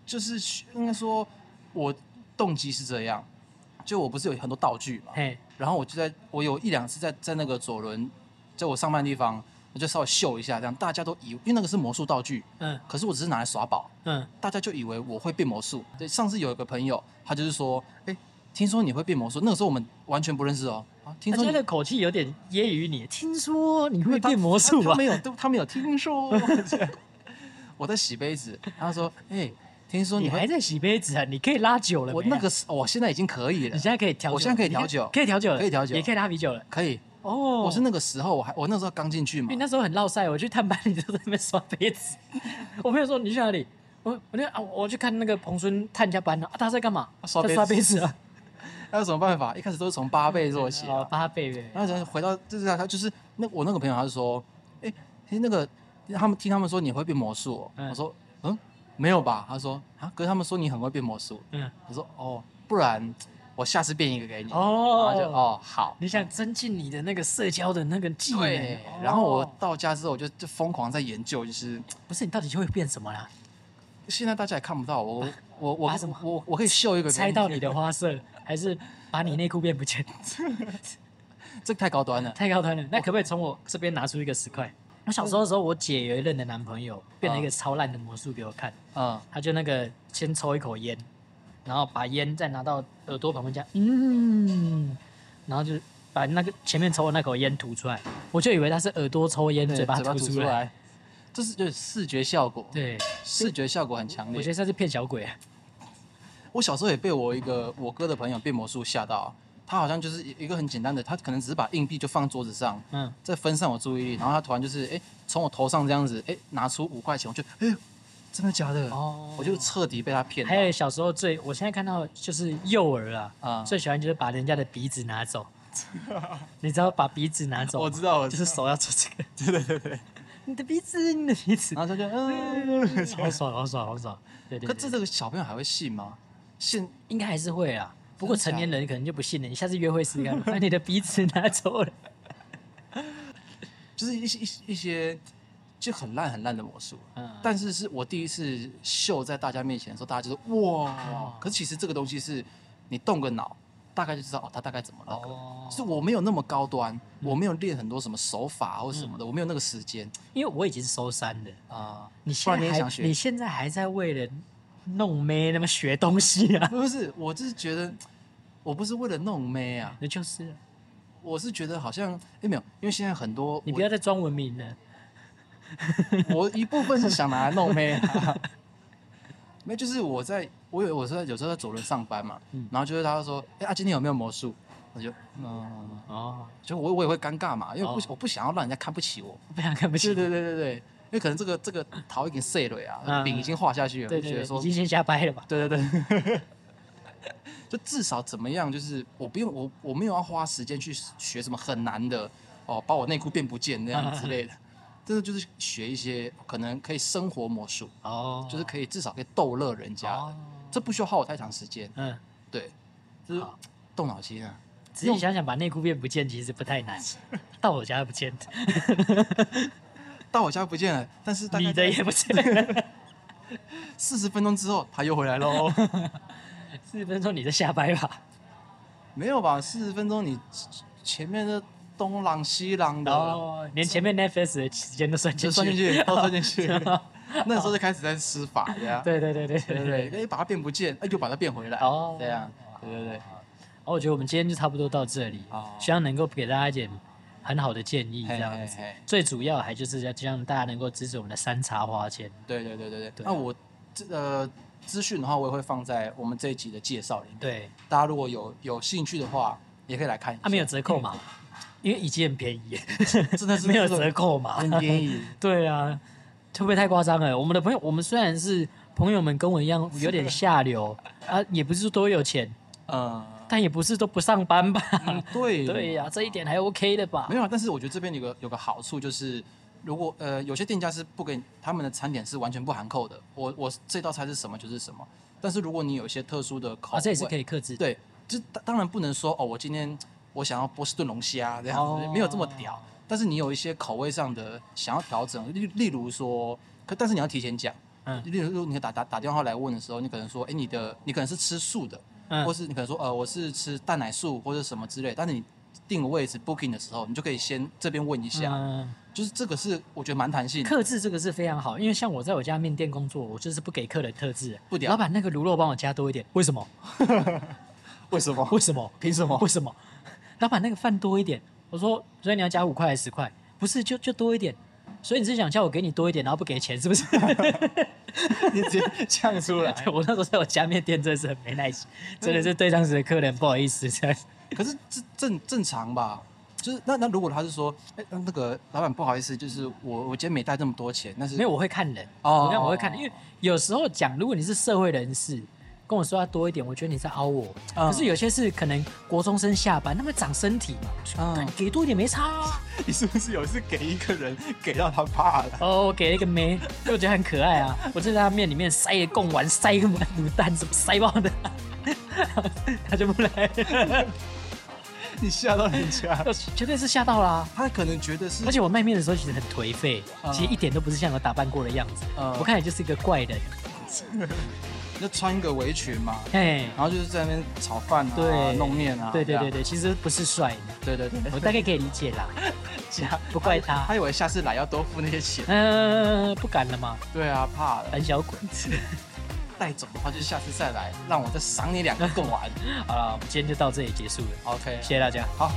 B: 就是学应该说，我动机是这样，就我不是有很多道具嘛，
A: 嘿，
B: 然后我就在我有一两次在在那个左轮，在我上班的地方，我就稍微秀一下，这样大家都以为因为那个是魔术道具，
A: 嗯
B: 可是我只是拿来耍宝，
A: 嗯，
B: 大家就以为我会变魔术。对，上次有一个朋友，他就是说，哎，听说你会变魔术，那个时候我们完全不认识哦，啊，听
A: 他
B: 说
A: 现
B: 你
A: 在的口气有点揶揄你。听说你会
B: 他
A: 变魔术
B: 他
A: 啊
B: 他？没有，他没有听说。 这样我在洗杯子，他说，哎，听说
A: 你
B: 你
A: 还
B: 会，
A: 在洗杯子啊？你可以拉酒了没啊。
B: 我那个时哦我现在已经可以了
A: 你，现在可以调酒了，
B: 我现在可以调
A: 你
B: 酒
A: 可以调酒了，
B: 可以调酒
A: 也可以拉啤酒了。
B: 可以。
A: 哦，
B: 我是那个时候，我还我那时候刚进去
A: 因
B: 嘛
A: 为，那时候很落塞，我去探班，你就在那边刷杯子。 我朋友说你去哪里？我我那啊，我去看那个彭孙探一下班了、啊。他在干嘛？
B: 刷
A: 在
B: 杯
A: 刷
B: 子
A: 杯子啊，
B: 那有什么办法？一开始都是从八倍做起、
A: 哦
B: 啊，
A: 八倍呗。
B: 然后然后回到就是他就是那我那个朋友，他就说，哎、其实那个他们听他们说你会变魔术哦、
A: 嗯
B: 我说嗯没有吧，他说啊，可是他们说你很会变魔术，
A: 嗯，
B: 我说哦，不然我下次变一个给你，然后就
A: 哦，
B: 哦好，
A: 你想增进你的那个社交的那个技能？
B: 对
A: 哦，
B: 然后我到家之后我就就疯狂在研究，就是
A: 不是你到底会变什么啦？
B: 现在大家也看不到我我我
A: 把什么
B: 我我我可以秀一个给
A: 猜到你的花色，还是把你内裤变不见？
B: 这个太高端了，
A: 太高端了。那可不可以从我这边拿出一个十块？
B: 嗯
A: 我小时候的时候，我姐有一任的男朋友变了一个超烂的魔术给我看。
B: 嗯
A: 他就那个先抽一口烟，然后把烟再拿到耳朵旁边这样，嗯，然后就把那个前面抽的那口烟吐出来，我就以为他是耳朵抽烟，
B: 对
A: 嘴巴
B: 吐
A: 吐
B: 出
A: 出来。，
B: 这是就是视觉效果，
A: 对，
B: 视觉效果很强
A: 我
B: 烈
A: 觉。得他是骗小鬼啊。
B: 我小时候也被我一个我哥的朋友变魔术吓到，啊他好像就是一个很简单的，他可能只是把硬币就放桌子上，
A: 嗯，
B: 再分散我注意力，然后他突然就是哎从我头上这样子哎拿出五块钱，我就哎呦真的假的？
A: 哦
B: 我就彻底被他骗
A: 还有
B: 了。
A: 小时候最，我现在看到就是幼儿啊，
B: 啊
A: 最喜欢就是把人家的鼻子拿 走，你知道把鼻子拿走吗，
B: 我知道，我
A: 就
B: 知
A: 是
B: 道
A: 手要啊做这个，对对对对，你的鼻子，你的鼻子，
B: 然后他就嗯，
A: 好爽，好爽，好爽，啊对对
B: 可
A: 对。
B: 这这个小朋友还会信吗？信
A: 应该还是会啊，不过
B: 真
A: 成
B: 的假的
A: 年人可能就不信了。你下次约会试试看，把你的鼻子拿走 了。
B: 就是一些一些一些就很烂很烂的魔术，啊
A: 嗯，
B: 但是是我第一次秀在大家面前的时候，大家就说
A: 嗯
B: 哇！可是其实这个东西是你动个脑，大概就知道哦，他大概怎么了。
A: 哦，
B: 是我没有那么高端，我没有练很多什么手法或什么的，
A: 嗯
B: 我没有那个时间
A: 因为我已经收山了，
B: 啊。
A: 你
B: 不
A: 现
B: 然
A: 在
B: 你也
A: 还
B: 想学
A: 你现在还在为了弄妹那么学东西啊？
B: 不是不是，我就是觉得我不是为了弄妹啊，
A: 那就是了
B: 我是觉得好像哎没有，因为现在很多
A: 你不要再装文明了。
B: 我我一部分是想拿来弄妹啊。没有，就是我在我有我是在有时候在左轮上班嘛，
A: 嗯
B: 然后就是他就说，哎、啊，今天有没有魔术？我就嗯。
A: 哦，
B: 就我我也会尴尬嘛，因为我不、
A: 哦
B: 我不想要让人家看不起我。
A: 不想看不起
B: 对
A: 你。
B: 对对对对，因为可能这个这个桃已经碎了呀，
A: 嗯
B: 饼已经画下去了，
A: 对
B: 就觉
A: 对
B: 得
A: 对，
B: 说
A: 已，经先瞎掰了吧？
B: 对对对， 就至少怎么样，就是我不用我 我没有要花时间去学什么很难的哦，把我内裤变不见那样之类的。真的就是学一些可能可以生活魔术，
A: 哦，
B: 就是可以至少可以逗乐人家的，
A: 哦
B: 这不需要耗我太长时间，
A: 嗯，
B: 对，就是
A: 好
B: 动脑筋啊。
A: 仔细想想，把内裤变不见其实不太难，到我家不见，
B: 到我家不见了，但是大
A: 你的
B: 概
A: 也不见，
B: 四十分钟之后他又回来喽。
A: 四十分钟你在下班吧？
B: 没有吧？四十分钟你前面的东朗西朗的，
A: 然后哦连前面 Netflix 的时间都算进
B: 就
A: 去，
B: 哦算进去，都算进 去。那时候就开始在施法的呀，
A: 对对对对
B: 对
A: 对
B: 对对，哎，把它变不见，哎，又把它变回来，
A: 哦
B: 这样，对对对，
A: 哦，我觉得我们今天就差不多到这里，
B: 哦
A: 希望能够给大家一点很好的建议，这
B: 嘿
A: 样
B: 嘿
A: 子。
B: 嘿，
A: 最主要还就是要让大家能够支持我们的山茶花间。
B: 对对对对对。
A: 对啊
B: 那我这呃资讯的话，我也会放在我们这一集的介绍里面，
A: 对，
B: 大家如果有有兴趣的话，也可以来看一下。
A: 啊它、没有折扣嘛？因为已经很便宜，
B: 真的是
A: 没有折，扣嘛？
B: 很便宜。
A: 对啊，会不会太夸张了？我们的朋友，我们虽然是朋友们跟我一样有点下流啊，也不是多有钱，
B: 嗯，
A: 但也不是都不上班吧？
B: 嗯对
A: 对呀、这一点还 OK 的吧
B: 没？有啊，但是我觉得这边有个有个好处就是，如果呃有些店家是不给你他们的餐点是完全不含扣的，我我这道菜是什么就是什么。但是如果你有一些特殊的口
A: 啊，
B: 味，
A: 这也是可以克制的。
B: 对，就当当然不能说哦，我今天我想要波士顿龙虾这样子，
A: 哦
B: 没有这么屌。但是你有一些口味上的想要调整，例例如说，可但是你要提前讲，
A: 嗯
B: 例如你打打打电话来问的时候，你可能说，哎，你的你可能是吃素的，
A: 嗯
B: 或是你可能说呃我是吃蛋奶素或者什么之类，但是你定位置 booking 的时候，你就可以先这边问一下，
A: 嗯，
B: 就是这个是我觉得蛮弹 性的，
A: 克制这个是非常好，因为像我在我家面店工作，我就是不给客人特制。
B: 不屌
A: 老板那个卤肉帮我加多一点，为什么？
B: 为什么？
A: 为什么？
B: 凭什么
A: 为什么？老板那个饭多一点，我说所以你要加五块还是十块？不是，就就多一点。所以你是想叫我给你多一点，然后不给钱，是不是？
B: 啊你直接呛出来？
A: 对我那时候在我家面店真的是很没耐心，真的是对当时的客人不好意思这样。
B: 可是这正正常吧？就是那那如果他是说，哎、那个老板不好意思，就是我我今天没带这么多钱，但是
A: 没有，我会看人，
B: 哦
A: 我看我会看人，因为有时候讲，如果你是社会人士，跟我说要多一点，我觉得你在凹我。
B: 嗯
A: 可是有些是可能国中生下班，他们长身体嘛，
B: 嗯
A: 干给多一点没差啊。
B: 你是不是有一次给一个人给到他怕了？
A: 哦，我给了一个妹， 因为我觉得很可爱啊，我就在他面里面塞一个贡丸，塞一个丸卤蛋，怎么塞爆的， 他就不来 了，
B: 你吓到 人家，
A: 我绝对是吓到啦、
B: 他可能觉得是
A: 而且我卖面的时候其实很颓废，
B: 嗯
A: 其实一点都不是像我打扮过的样子，
B: 嗯
A: 我看起来就是一个怪人。
B: 就穿一个围裙嘛，
A: 哎，
B: 然后就是在那边炒饭啊，
A: 对
B: 弄面啊，
A: 对对对
B: 对
A: 对，其实不是帅的。
B: 对对对，
A: 我大概可以理解啦，
B: 家
A: 不怪他，
B: 他以为下次来要多付那 些钱，
A: 嗯、不敢了嘛，
B: 对啊，怕了，
A: 胆小鬼。
B: 带走的话就下次再来，让我再赏你两个贡丸
A: 好了，我们今天就到这里结束了，
B: ，OK，
A: 谢谢大家。
B: 好。